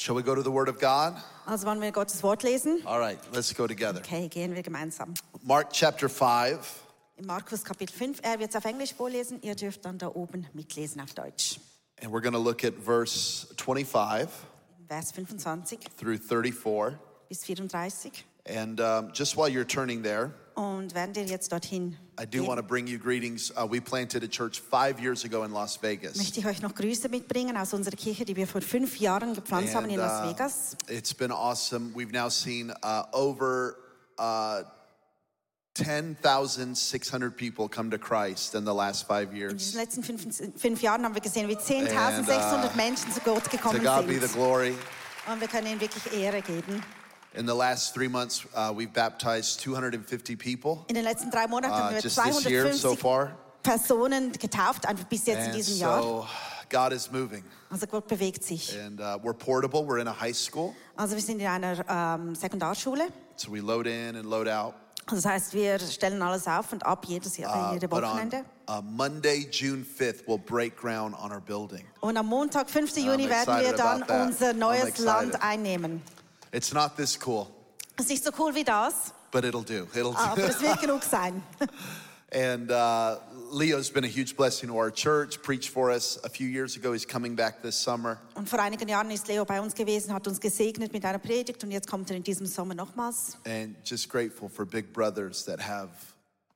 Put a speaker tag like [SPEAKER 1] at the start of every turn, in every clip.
[SPEAKER 1] Shall we go to the Word of God?
[SPEAKER 2] Also wollen wir Gottes Wort lesen?
[SPEAKER 1] All right, let's go together.
[SPEAKER 2] Okay, gehen wir gemeinsam.
[SPEAKER 1] Mark chapter 5,
[SPEAKER 2] In Markus Kapitel 5, er wird es auf Englisch vorlesen, ihr dürft dann da oben mitlesen auf Deutsch.
[SPEAKER 1] and we're going to look at verse 25
[SPEAKER 2] Vers 25
[SPEAKER 1] through 34.
[SPEAKER 2] bis 34.
[SPEAKER 1] And um, just while you're turning there,
[SPEAKER 2] Und während ihr jetzt dorthin
[SPEAKER 1] I do want to bring you greetings. Uh, we planted a church five years ago in Las Vegas.
[SPEAKER 2] möchte ich euch noch Grüße mitbringen aus unserer Kirche, die wir vor fünf Jahren gepflanzt haben in Las
[SPEAKER 1] uh,
[SPEAKER 2] Vegas.
[SPEAKER 1] it's been awesome. We've now seen uh, over uh, 10,600 people come to Christ in the last five
[SPEAKER 2] In
[SPEAKER 1] years.
[SPEAKER 2] diesen letzten fünf, fünf Jahren haben wir gesehen, wie 10.600
[SPEAKER 1] And, uh,
[SPEAKER 2] Menschen zu Gott
[SPEAKER 1] To
[SPEAKER 2] gekommen
[SPEAKER 1] God be
[SPEAKER 2] sind.
[SPEAKER 1] the glory.
[SPEAKER 2] Und wir können ihnen wirklich Ehre geben.
[SPEAKER 1] In the last three months, uh, we've baptized 250 people.
[SPEAKER 2] In den letzten drei Monaten haben
[SPEAKER 1] uh,
[SPEAKER 2] wir
[SPEAKER 1] just this year so
[SPEAKER 2] 250
[SPEAKER 1] far.
[SPEAKER 2] Personen getauft, einfach bis jetzt in
[SPEAKER 1] And
[SPEAKER 2] diesem Jahr.
[SPEAKER 1] so God is moving.
[SPEAKER 2] Also Gott bewegt sich.
[SPEAKER 1] And uh, we're portable. We're in a high school.
[SPEAKER 2] Also wir sind in einer ähm, Sekundarschule. Also
[SPEAKER 1] So we load in and load out.
[SPEAKER 2] Das heißt, wir stellen alles auf und ab jedes Jahr,
[SPEAKER 1] Uh,
[SPEAKER 2] jede
[SPEAKER 1] but on
[SPEAKER 2] Wochenende.
[SPEAKER 1] uh, Monday, June 5th, we'll break ground on our building.
[SPEAKER 2] Und am Montag, 5. Juni, werden wir
[SPEAKER 1] excited
[SPEAKER 2] dann
[SPEAKER 1] about that.
[SPEAKER 2] unser
[SPEAKER 1] I'm
[SPEAKER 2] neues
[SPEAKER 1] excited.
[SPEAKER 2] Land einnehmen.
[SPEAKER 1] It's not this cool,
[SPEAKER 2] Ist nicht so cool wie das,
[SPEAKER 1] but it'll do. It'll
[SPEAKER 2] aber
[SPEAKER 1] do.
[SPEAKER 2] es wird genug sein.
[SPEAKER 1] And uh, Leo's been a huge blessing to our church, preached for us a few years ago. He's coming back this summer.
[SPEAKER 2] Und vor einigen Jahren ist Leo bei uns gewesen, hat uns gesegnet mit einer Predigt und jetzt kommt er in diesem Sommer nochmals.
[SPEAKER 1] And just grateful for big brothers that have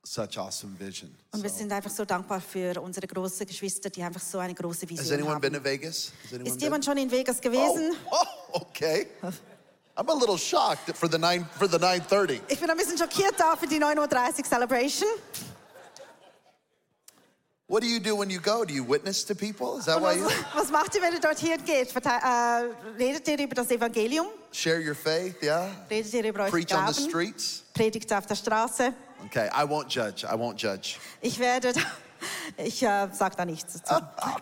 [SPEAKER 1] such awesome vision.
[SPEAKER 2] Und wir
[SPEAKER 1] So-
[SPEAKER 2] sind einfach so dankbar für unsere großen Geschwister, die einfach so eine große
[SPEAKER 1] Has
[SPEAKER 2] Vision
[SPEAKER 1] anyone been
[SPEAKER 2] haben.
[SPEAKER 1] to Vegas? Has anyone
[SPEAKER 2] Ist
[SPEAKER 1] been?
[SPEAKER 2] jemand schon in Vegas gewesen?
[SPEAKER 1] Oh, oh, okay. I'm a little shocked that for the nine for the 9:30.
[SPEAKER 2] Ich bin ein bisschen schockiert da für die 9.30 Uhr Celebration.
[SPEAKER 1] What do you do when you go? Do you witness to people? Is that
[SPEAKER 2] Und
[SPEAKER 1] why
[SPEAKER 2] was,
[SPEAKER 1] you
[SPEAKER 2] was macht ihr, wenn ihr dorthin geht? Verte äh, redet ihr über das Evangelium?
[SPEAKER 1] share your faith? Yeah.
[SPEAKER 2] Redet ihr über euren
[SPEAKER 1] Preach on the
[SPEAKER 2] Glauben?
[SPEAKER 1] streets.
[SPEAKER 2] Predigt auf der Straße?
[SPEAKER 1] Okay, I won't judge. I won't judge.
[SPEAKER 2] Ich werde, da, ich äh, sag da nichts dazu.
[SPEAKER 1] Ah,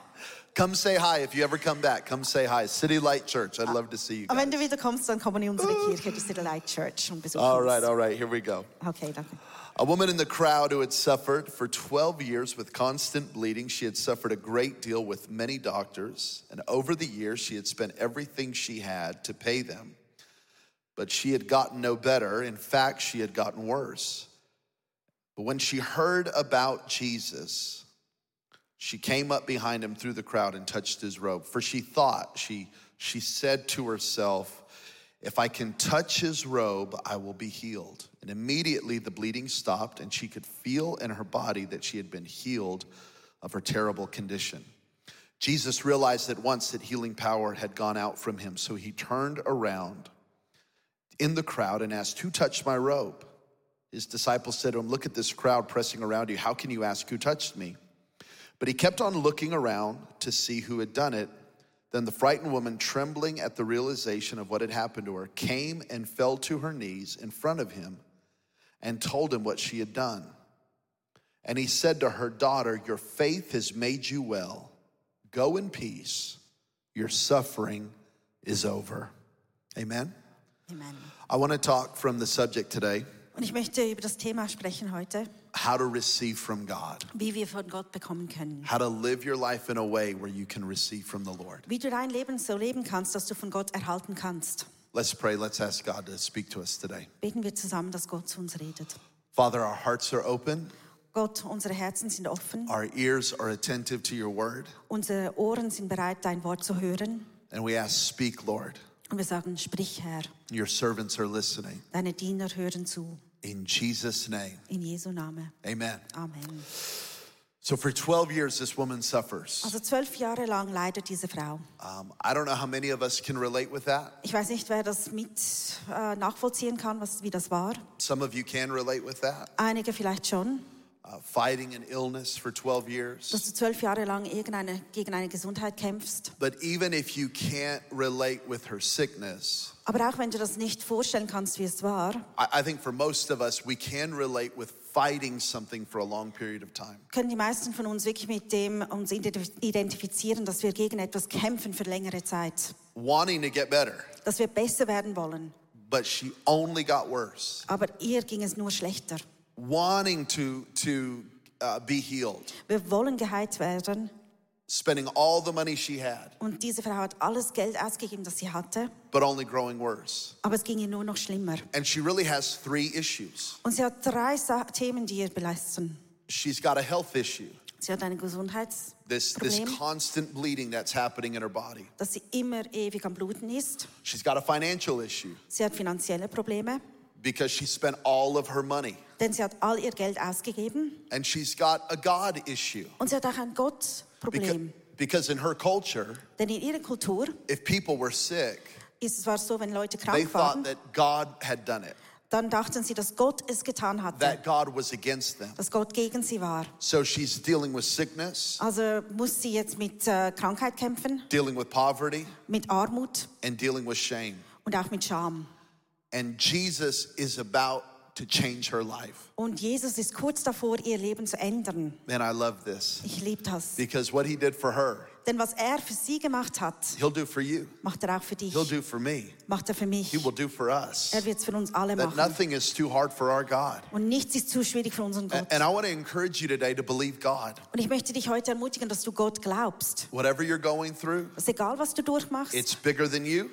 [SPEAKER 1] Come say hi if you ever come back. Come say hi. City Light Church. I'd love to see you.
[SPEAKER 2] Und
[SPEAKER 1] guys.
[SPEAKER 2] wenn du wieder kommst, dann komm in unsere Kirche, die City Light Church, und besuch
[SPEAKER 1] ah. All
[SPEAKER 2] uns.
[SPEAKER 1] right, all right. Here we go.
[SPEAKER 2] Okay, danke.
[SPEAKER 1] A woman in the crowd who had suffered for 12 years with constant bleeding, she had suffered a great deal with many doctors, and over the years she had spent everything she had to pay them. But she had gotten no better. In fact, she had gotten worse. But when she heard about Jesus, she came up behind him through the crowd and touched his robe. For she thought, she, she said to herself, If I can touch his robe, I will be healed. And immediately the bleeding stopped, and she could feel in her body that she had been healed of her terrible condition. Jesus realized at once that healing power had gone out from him, so he turned around in the crowd and asked, Who touched my robe? His disciples said to him, Look at this crowd pressing around you. How can you ask who touched me? But he kept on looking around to see who had done it. Then the frightened woman, trembling at the realization of what had happened to her, came and fell to her knees in front of him and told him what she had done. And he said to her, Daughter, your faith has made you well. Go in peace. Your suffering is over. Amen.
[SPEAKER 2] Amen.
[SPEAKER 1] I want to talk from the subject today
[SPEAKER 2] Und ich möchte über das Thema sprechen heute,
[SPEAKER 1] how to receive from God,
[SPEAKER 2] wie wir von Gott bekommen können.
[SPEAKER 1] how to live your life in a way where you can receive from the Lord.
[SPEAKER 2] Wie du dein Leben so leben kannst, dass du von Gott erhalten kannst.
[SPEAKER 1] Let's pray. Let's ask God to speak to us today.
[SPEAKER 2] Beten wir zusammen, dass Gott zu uns redet.
[SPEAKER 1] Father, our hearts are open,
[SPEAKER 2] Gott, unsere Herzen sind offen,
[SPEAKER 1] our ears are attentive to your word,
[SPEAKER 2] unsere Ohren sind bereit, dein Wort zu hören.
[SPEAKER 1] and we ask, Speak, Lord.
[SPEAKER 2] Und wir sagen, sprich Herr,
[SPEAKER 1] Your servants are listening.
[SPEAKER 2] deine Diener hören zu.
[SPEAKER 1] In Jesus' name,
[SPEAKER 2] In Jesu Name.
[SPEAKER 1] amen.
[SPEAKER 2] Amen.
[SPEAKER 1] So, for 12 years, this woman suffers.
[SPEAKER 2] Also zwölf Jahre lang leidet diese Frau.
[SPEAKER 1] Um, I don't know how many of us can relate with that.
[SPEAKER 2] Ich weiß nicht, wer das mit äh, nachvollziehen kann, was, wie das war.
[SPEAKER 1] Some of you can relate with that.
[SPEAKER 2] Einige vielleicht schon,
[SPEAKER 1] Uh, fighting an illness for 12 years.
[SPEAKER 2] dass du zwölf Jahre lang irgendeine, gegen eine Gesundheit kämpfst.
[SPEAKER 1] But even if you can't relate with her sickness,
[SPEAKER 2] Aber auch wenn du das nicht vorstellen kannst, wie es war,
[SPEAKER 1] I, I think for most of us, we can relate with fighting something for a long period of time.
[SPEAKER 2] können die meisten von uns wirklich mit dem uns identif- identifizieren, dass wir gegen etwas kämpfen für längere Zeit,
[SPEAKER 1] Wanting to get better,
[SPEAKER 2] dass wir besser werden wollen.
[SPEAKER 1] but she only got worse.
[SPEAKER 2] Aber ihr ging es nur schlechter.
[SPEAKER 1] Wanting to, to uh, be healed,
[SPEAKER 2] Wir wollen geheilt werden,
[SPEAKER 1] spending all the money she had,
[SPEAKER 2] Und diese Frau hat alles Geld ausgegeben, das sie hatte,
[SPEAKER 1] but only growing worse.
[SPEAKER 2] aber es ging ihr nur noch schlimmer.
[SPEAKER 1] And she really has three issues.
[SPEAKER 2] Und sie hat drei Sa Themen, die ihr belasten.
[SPEAKER 1] She's got a health issue,
[SPEAKER 2] Sie hat ein Gesundheits,
[SPEAKER 1] this, this
[SPEAKER 2] Problem.
[SPEAKER 1] constant bleeding that's happening in her body.
[SPEAKER 2] dass sie immer ewig am Bluten ist.
[SPEAKER 1] She's got a financial issue
[SPEAKER 2] Sie hat finanzielle Probleme,
[SPEAKER 1] because she spent all of her money.
[SPEAKER 2] denn sie hat all ihr Geld ausgegeben.
[SPEAKER 1] And she's got a God issue
[SPEAKER 2] Und sie hat auch ein
[SPEAKER 1] because,
[SPEAKER 2] Gottproblem.
[SPEAKER 1] because in her culture,
[SPEAKER 2] Denn in ihrer Kultur
[SPEAKER 1] if people were sick,
[SPEAKER 2] ist es war so, wenn Leute
[SPEAKER 1] they
[SPEAKER 2] krank
[SPEAKER 1] thought
[SPEAKER 2] waren,
[SPEAKER 1] that God had done it,
[SPEAKER 2] dann dachten sie, dass Gott es getan hatte,
[SPEAKER 1] that God was against them.
[SPEAKER 2] dass Gott gegen sie war.
[SPEAKER 1] So she's dealing with sickness,
[SPEAKER 2] Also muss sie jetzt mit äh, Krankheit kämpfen,
[SPEAKER 1] dealing with poverty,
[SPEAKER 2] mit Armut
[SPEAKER 1] and dealing with shame.
[SPEAKER 2] und auch mit Scham.
[SPEAKER 1] And Jesus is about to change her life.
[SPEAKER 2] Und Jesus ist kurz davor, ihr Leben zu ändern.
[SPEAKER 1] Man, I love this
[SPEAKER 2] Ich liebe das.
[SPEAKER 1] because what he did for her,
[SPEAKER 2] Denn was er für sie gemacht hat,
[SPEAKER 1] he'll do for you,
[SPEAKER 2] macht er auch für dich,
[SPEAKER 1] he'll do for me,
[SPEAKER 2] macht er für mich.
[SPEAKER 1] he will do for us.
[SPEAKER 2] Er wird es für uns alle
[SPEAKER 1] That
[SPEAKER 2] machen.
[SPEAKER 1] nothing is too hard for our God.
[SPEAKER 2] Und nichts ist zu schwierig für unseren
[SPEAKER 1] And
[SPEAKER 2] Gott.
[SPEAKER 1] and I want to encourage you today to believe God.
[SPEAKER 2] Und ich möchte dich heute ermutigen, dass du Gott glaubst.
[SPEAKER 1] Whatever you're going through,
[SPEAKER 2] Dass egal, was du durchmachst, Äh,
[SPEAKER 1] it's bigger than you,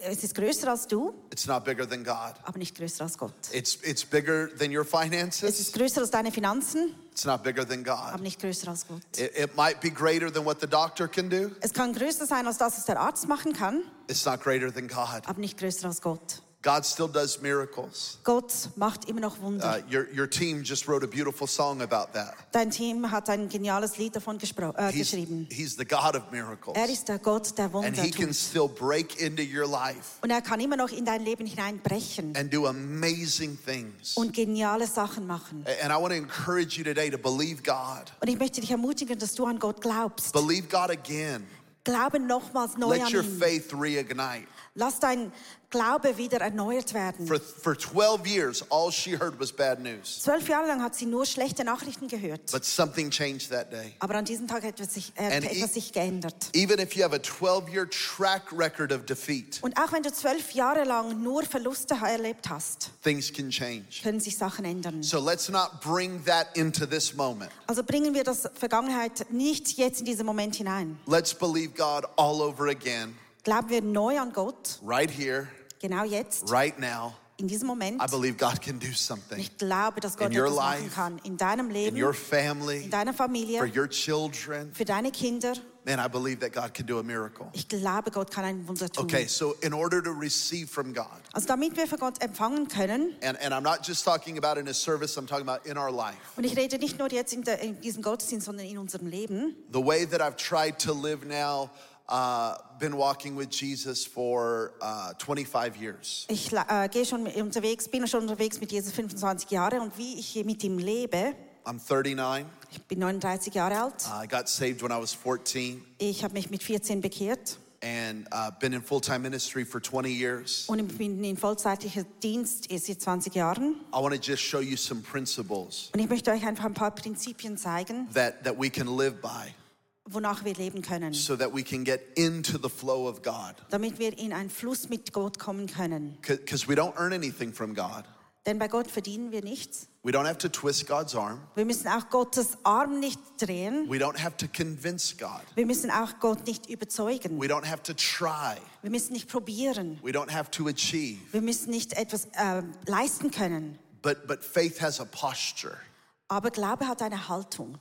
[SPEAKER 2] es ist größer als du,
[SPEAKER 1] it's not bigger than God.
[SPEAKER 2] aber nicht größer als Gott.
[SPEAKER 1] It's, it's bigger than your
[SPEAKER 2] Es ist
[SPEAKER 1] finances,
[SPEAKER 2] größer als deine Finanzen,
[SPEAKER 1] it's not bigger than
[SPEAKER 2] aber
[SPEAKER 1] God.
[SPEAKER 2] nicht größer als Gott.
[SPEAKER 1] It, it might be greater than what the doctor can do,
[SPEAKER 2] Es kann größer sein als das, was der Arzt machen kann,
[SPEAKER 1] it's not greater than God.
[SPEAKER 2] aber nicht größer als Gott.
[SPEAKER 1] God still does miracles.
[SPEAKER 2] Gott macht immer noch
[SPEAKER 1] Uh,
[SPEAKER 2] Wunder.
[SPEAKER 1] your, your team just wrote a beautiful song about that.
[SPEAKER 2] Dein Team hat ein geniales Lied davon gespro- äh,
[SPEAKER 1] He's,
[SPEAKER 2] geschrieben.
[SPEAKER 1] he's the God of miracles.
[SPEAKER 2] Er ist der Gott, der
[SPEAKER 1] And
[SPEAKER 2] Wunder
[SPEAKER 1] he can
[SPEAKER 2] tut.
[SPEAKER 1] still break into your life
[SPEAKER 2] Und er kann immer noch in dein Leben hineinbrechen
[SPEAKER 1] and do amazing things.
[SPEAKER 2] und geniale Sachen machen.
[SPEAKER 1] And I want to encourage you today to believe God.
[SPEAKER 2] Und ich möchte dich ermutigen, dass du an Gott glaubst.
[SPEAKER 1] Believe God again.
[SPEAKER 2] Glaube nochmals neu an
[SPEAKER 1] Let your
[SPEAKER 2] ihn.
[SPEAKER 1] faith reignite.
[SPEAKER 2] Lass dein Glaube wieder erneuert werden.
[SPEAKER 1] For, for 12 years, all she heard was bad news.
[SPEAKER 2] Zwölf Jahre lang hat sie nur schlechte Nachrichten gehört.
[SPEAKER 1] But something changed that day.
[SPEAKER 2] Aber an diesem Tag hat etwas sich, äh,
[SPEAKER 1] And
[SPEAKER 2] hat etwas
[SPEAKER 1] i-
[SPEAKER 2] sich geändert.
[SPEAKER 1] Even if you have a 12 year track record of defeat,
[SPEAKER 2] Und auch wenn du zwölf Jahre lang nur Verluste erlebt hast,
[SPEAKER 1] things can change.
[SPEAKER 2] können sich Sachen ändern.
[SPEAKER 1] So let's not bring that into this moment.
[SPEAKER 2] Also bringen wir das Vergangenheit nicht jetzt in diesen Moment hinein.
[SPEAKER 1] Let's believe God all over again,
[SPEAKER 2] Glauben wir neu an Gott,
[SPEAKER 1] right here,
[SPEAKER 2] genau jetzt,
[SPEAKER 1] right now.
[SPEAKER 2] in diesem Moment.
[SPEAKER 1] I believe God can do something
[SPEAKER 2] Ich glaube, dass Gott
[SPEAKER 1] In your
[SPEAKER 2] etwas machen
[SPEAKER 1] life,
[SPEAKER 2] kann in deinem
[SPEAKER 1] in
[SPEAKER 2] Leben,
[SPEAKER 1] your family,
[SPEAKER 2] in deiner
[SPEAKER 1] for
[SPEAKER 2] Familie,
[SPEAKER 1] your children.
[SPEAKER 2] für deine Kinder.
[SPEAKER 1] Man, I believe that God can do a miracle.
[SPEAKER 2] Ich glaube, Gott kann ein Wunder tun.
[SPEAKER 1] Okay, so in order to receive from God,
[SPEAKER 2] Also damit wir von Gott empfangen können,
[SPEAKER 1] and, and I'm not just talking about in His service, I'm talking about in our life.
[SPEAKER 2] und ich rede nicht nur jetzt in, der, in diesem Gottesdienst, sondern in unserem Leben,
[SPEAKER 1] The way that I've tried to live now, uh, been walking with Jesus for uh, 25 years.
[SPEAKER 2] ich la- äh, gehe schon unterwegs, bin schon unterwegs mit Jesus 25 Jahre und wie ich mit ihm lebe,
[SPEAKER 1] I'm 39.
[SPEAKER 2] ich bin 39 Jahre alt,
[SPEAKER 1] I got saved when I was 14
[SPEAKER 2] ich habe mich mit 14 bekehrt
[SPEAKER 1] and uh, been in full time ministry for 20 years.
[SPEAKER 2] und ich bin in vollzeitlicher Dienst seit 20 Jahren.
[SPEAKER 1] I want to just show you some principles
[SPEAKER 2] Und ich möchte euch einfach ein paar Prinzipien zeigen,
[SPEAKER 1] that, that we can live by
[SPEAKER 2] wonach wir leben können.
[SPEAKER 1] so that we can get into the flow of God.
[SPEAKER 2] damit wir in einen Fluss mit Gott kommen können.
[SPEAKER 1] Because we don't earn anything from God,
[SPEAKER 2] Denn bei Gott verdienen wir nichts.
[SPEAKER 1] we don't have to twist God's arm,
[SPEAKER 2] Wir müssen auch Gottes Arm nicht drehen.
[SPEAKER 1] we don't have to convince God,
[SPEAKER 2] Wir müssen auch Gott nicht überzeugen.
[SPEAKER 1] we don't have to try,
[SPEAKER 2] Wir müssen nicht probieren.
[SPEAKER 1] we don't have to achieve.
[SPEAKER 2] Wir müssen nicht etwas äh, leisten können.
[SPEAKER 1] But, but faith has a posture,
[SPEAKER 2] Aber Glaube hat eine Haltung.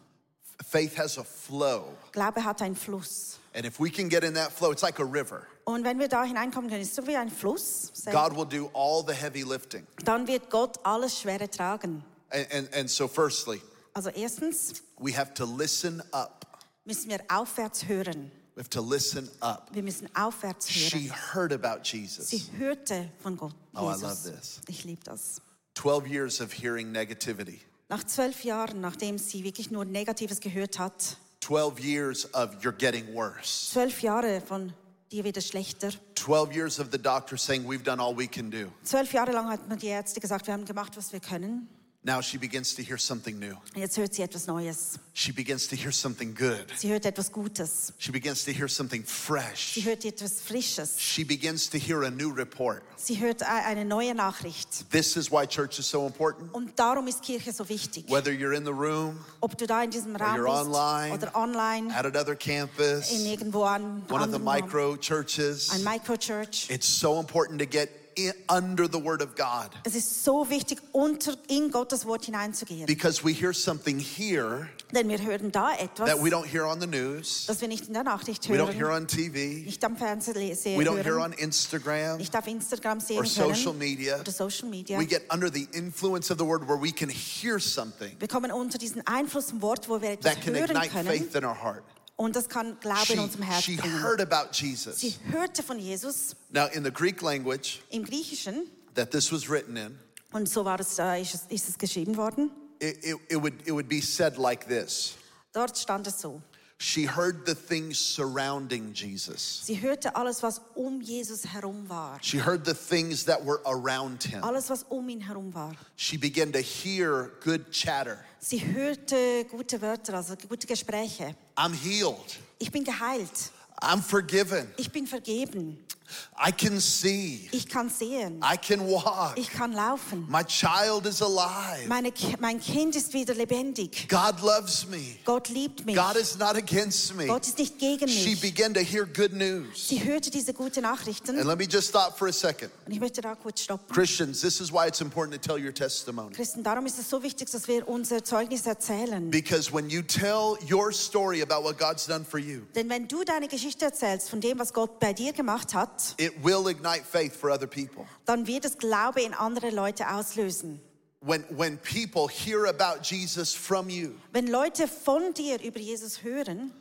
[SPEAKER 1] faith has a flow.
[SPEAKER 2] Glaube hat einen Fluss.
[SPEAKER 1] And if we can get in that flow, it's like a river.
[SPEAKER 2] Und wenn wir da hineinkommen können, ist es so wie ein Fluss. Sehr-
[SPEAKER 1] God will do all the heavy lifting.
[SPEAKER 2] Dann wird Gott alles Schwere tragen.
[SPEAKER 1] And, and, and so, firstly,
[SPEAKER 2] Also erstens
[SPEAKER 1] we have to listen up.
[SPEAKER 2] müssen wir aufwärts hören.
[SPEAKER 1] We have to listen up.
[SPEAKER 2] Wir müssen aufwärts
[SPEAKER 1] She
[SPEAKER 2] hören.
[SPEAKER 1] heard about Jesus.
[SPEAKER 2] Sie hörte von Gott.
[SPEAKER 1] Oh, I
[SPEAKER 2] Jesus.
[SPEAKER 1] love this.
[SPEAKER 2] Ich liebe das.
[SPEAKER 1] 12 years of hearing negativity,
[SPEAKER 2] Nach zwölf Jahren, nachdem sie wirklich nur Negatives gehört hat,
[SPEAKER 1] 12 years of you're getting worse,
[SPEAKER 2] zwölf Jahre von dir wieder schlechter.
[SPEAKER 1] 12 years of the doctor saying, We've done all we can do.
[SPEAKER 2] Zwölf Jahre lang hat man die Ärzte gesagt, wir haben gemacht, was wir können.
[SPEAKER 1] Now she begins to hear something new.
[SPEAKER 2] Jetzt hört sie etwas Neues.
[SPEAKER 1] She begins to hear something good.
[SPEAKER 2] Sie hört etwas Gutes.
[SPEAKER 1] She begins to hear something
[SPEAKER 2] Sie
[SPEAKER 1] fresh.
[SPEAKER 2] hört etwas Frisches.
[SPEAKER 1] She begins to hear a new report.
[SPEAKER 2] Sie hört e- eine neue Nachricht.
[SPEAKER 1] This is why church is so important.
[SPEAKER 2] Und darum ist Kirche so wichtig.
[SPEAKER 1] Whether you're in the room,
[SPEAKER 2] Ob du da in diesem Raum
[SPEAKER 1] you're
[SPEAKER 2] bist
[SPEAKER 1] online,
[SPEAKER 2] oder online,
[SPEAKER 1] at another
[SPEAKER 2] in
[SPEAKER 1] campus,
[SPEAKER 2] irgendwo an
[SPEAKER 1] one of the
[SPEAKER 2] anderem Raum.
[SPEAKER 1] micro churches,
[SPEAKER 2] ein Microchurch.
[SPEAKER 1] it's so important to get in, under the Word of God
[SPEAKER 2] Es ist so wichtig, unter in Gottes Wort hineinzugehen.
[SPEAKER 1] because we hear something here
[SPEAKER 2] Denn wir hören da etwas,
[SPEAKER 1] that we don't hear on the news,
[SPEAKER 2] das wir nicht in der Nachricht
[SPEAKER 1] we don't hear
[SPEAKER 2] hören,
[SPEAKER 1] on TV,
[SPEAKER 2] nicht am Fernsehen le- se-
[SPEAKER 1] we don't hear
[SPEAKER 2] hören,
[SPEAKER 1] on Instagram
[SPEAKER 2] nicht auf Instagram sehen
[SPEAKER 1] or social
[SPEAKER 2] können
[SPEAKER 1] media.
[SPEAKER 2] oder Social Media.
[SPEAKER 1] We get under the influence of the Word where we can hear something
[SPEAKER 2] Wir kommen unter diesen Einfluss im Wort, wo wir etwas
[SPEAKER 1] that can
[SPEAKER 2] hören
[SPEAKER 1] ignite
[SPEAKER 2] können
[SPEAKER 1] faith in Ah, our heart.
[SPEAKER 2] und das kann Glaube in
[SPEAKER 1] She,
[SPEAKER 2] unserem Herzen
[SPEAKER 1] she
[SPEAKER 2] bringen.
[SPEAKER 1] heard about
[SPEAKER 2] Sie
[SPEAKER 1] Jesus.
[SPEAKER 2] hörte von Jesus
[SPEAKER 1] Now, in the Greek language
[SPEAKER 2] im Griechischen
[SPEAKER 1] that this was written in,
[SPEAKER 2] und so war es, äh, ist es, ist es geschrieben worden.
[SPEAKER 1] it, it, it, would, it would be said like this
[SPEAKER 2] Dort stand es so.
[SPEAKER 1] She heard the things surrounding Jesus,
[SPEAKER 2] Sie hörte alles, was um Jesus herum war.
[SPEAKER 1] she heard the things that were around him.
[SPEAKER 2] Alles, was um ihn herum war.
[SPEAKER 1] She began to hear good chatter.
[SPEAKER 2] Sie hörte gute Wörter, also gute Gespräche.
[SPEAKER 1] I'm healed.
[SPEAKER 2] Ich bin geheilt.
[SPEAKER 1] I'm forgiven.
[SPEAKER 2] Ich bin vergeben.
[SPEAKER 1] I can see.
[SPEAKER 2] Ich kann sehen.
[SPEAKER 1] I can walk.
[SPEAKER 2] Ich kann laufen.
[SPEAKER 1] My child is alive.
[SPEAKER 2] Meine, Ki- mein Kind ist wieder lebendig.
[SPEAKER 1] God loves me.
[SPEAKER 2] Gott liebt mich.
[SPEAKER 1] God is not against me.
[SPEAKER 2] Gott ist nicht gegen
[SPEAKER 1] She
[SPEAKER 2] mich.
[SPEAKER 1] began to hear good news.
[SPEAKER 2] Sie hörte diese guten Nachrichten.
[SPEAKER 1] And let me just stop for a second.
[SPEAKER 2] Und ich möchte da kurz stoppen.
[SPEAKER 1] Christians, this is why it's important to tell your testimony.
[SPEAKER 2] Christen, darum ist es so wichtig, dass wir unser Zeugnis erzählen.
[SPEAKER 1] Because when you tell your story about what God's done for you,
[SPEAKER 2] Denn wenn du deine Geschichte erzählst von dem, was Gott bei dir gemacht hat,
[SPEAKER 1] it will ignite faith for other people.
[SPEAKER 2] dann wird es Glaube in andere Leute auslösen.
[SPEAKER 1] When, when people hear about Jesus from you,
[SPEAKER 2] Wenn Leute von dir über Jesus hören,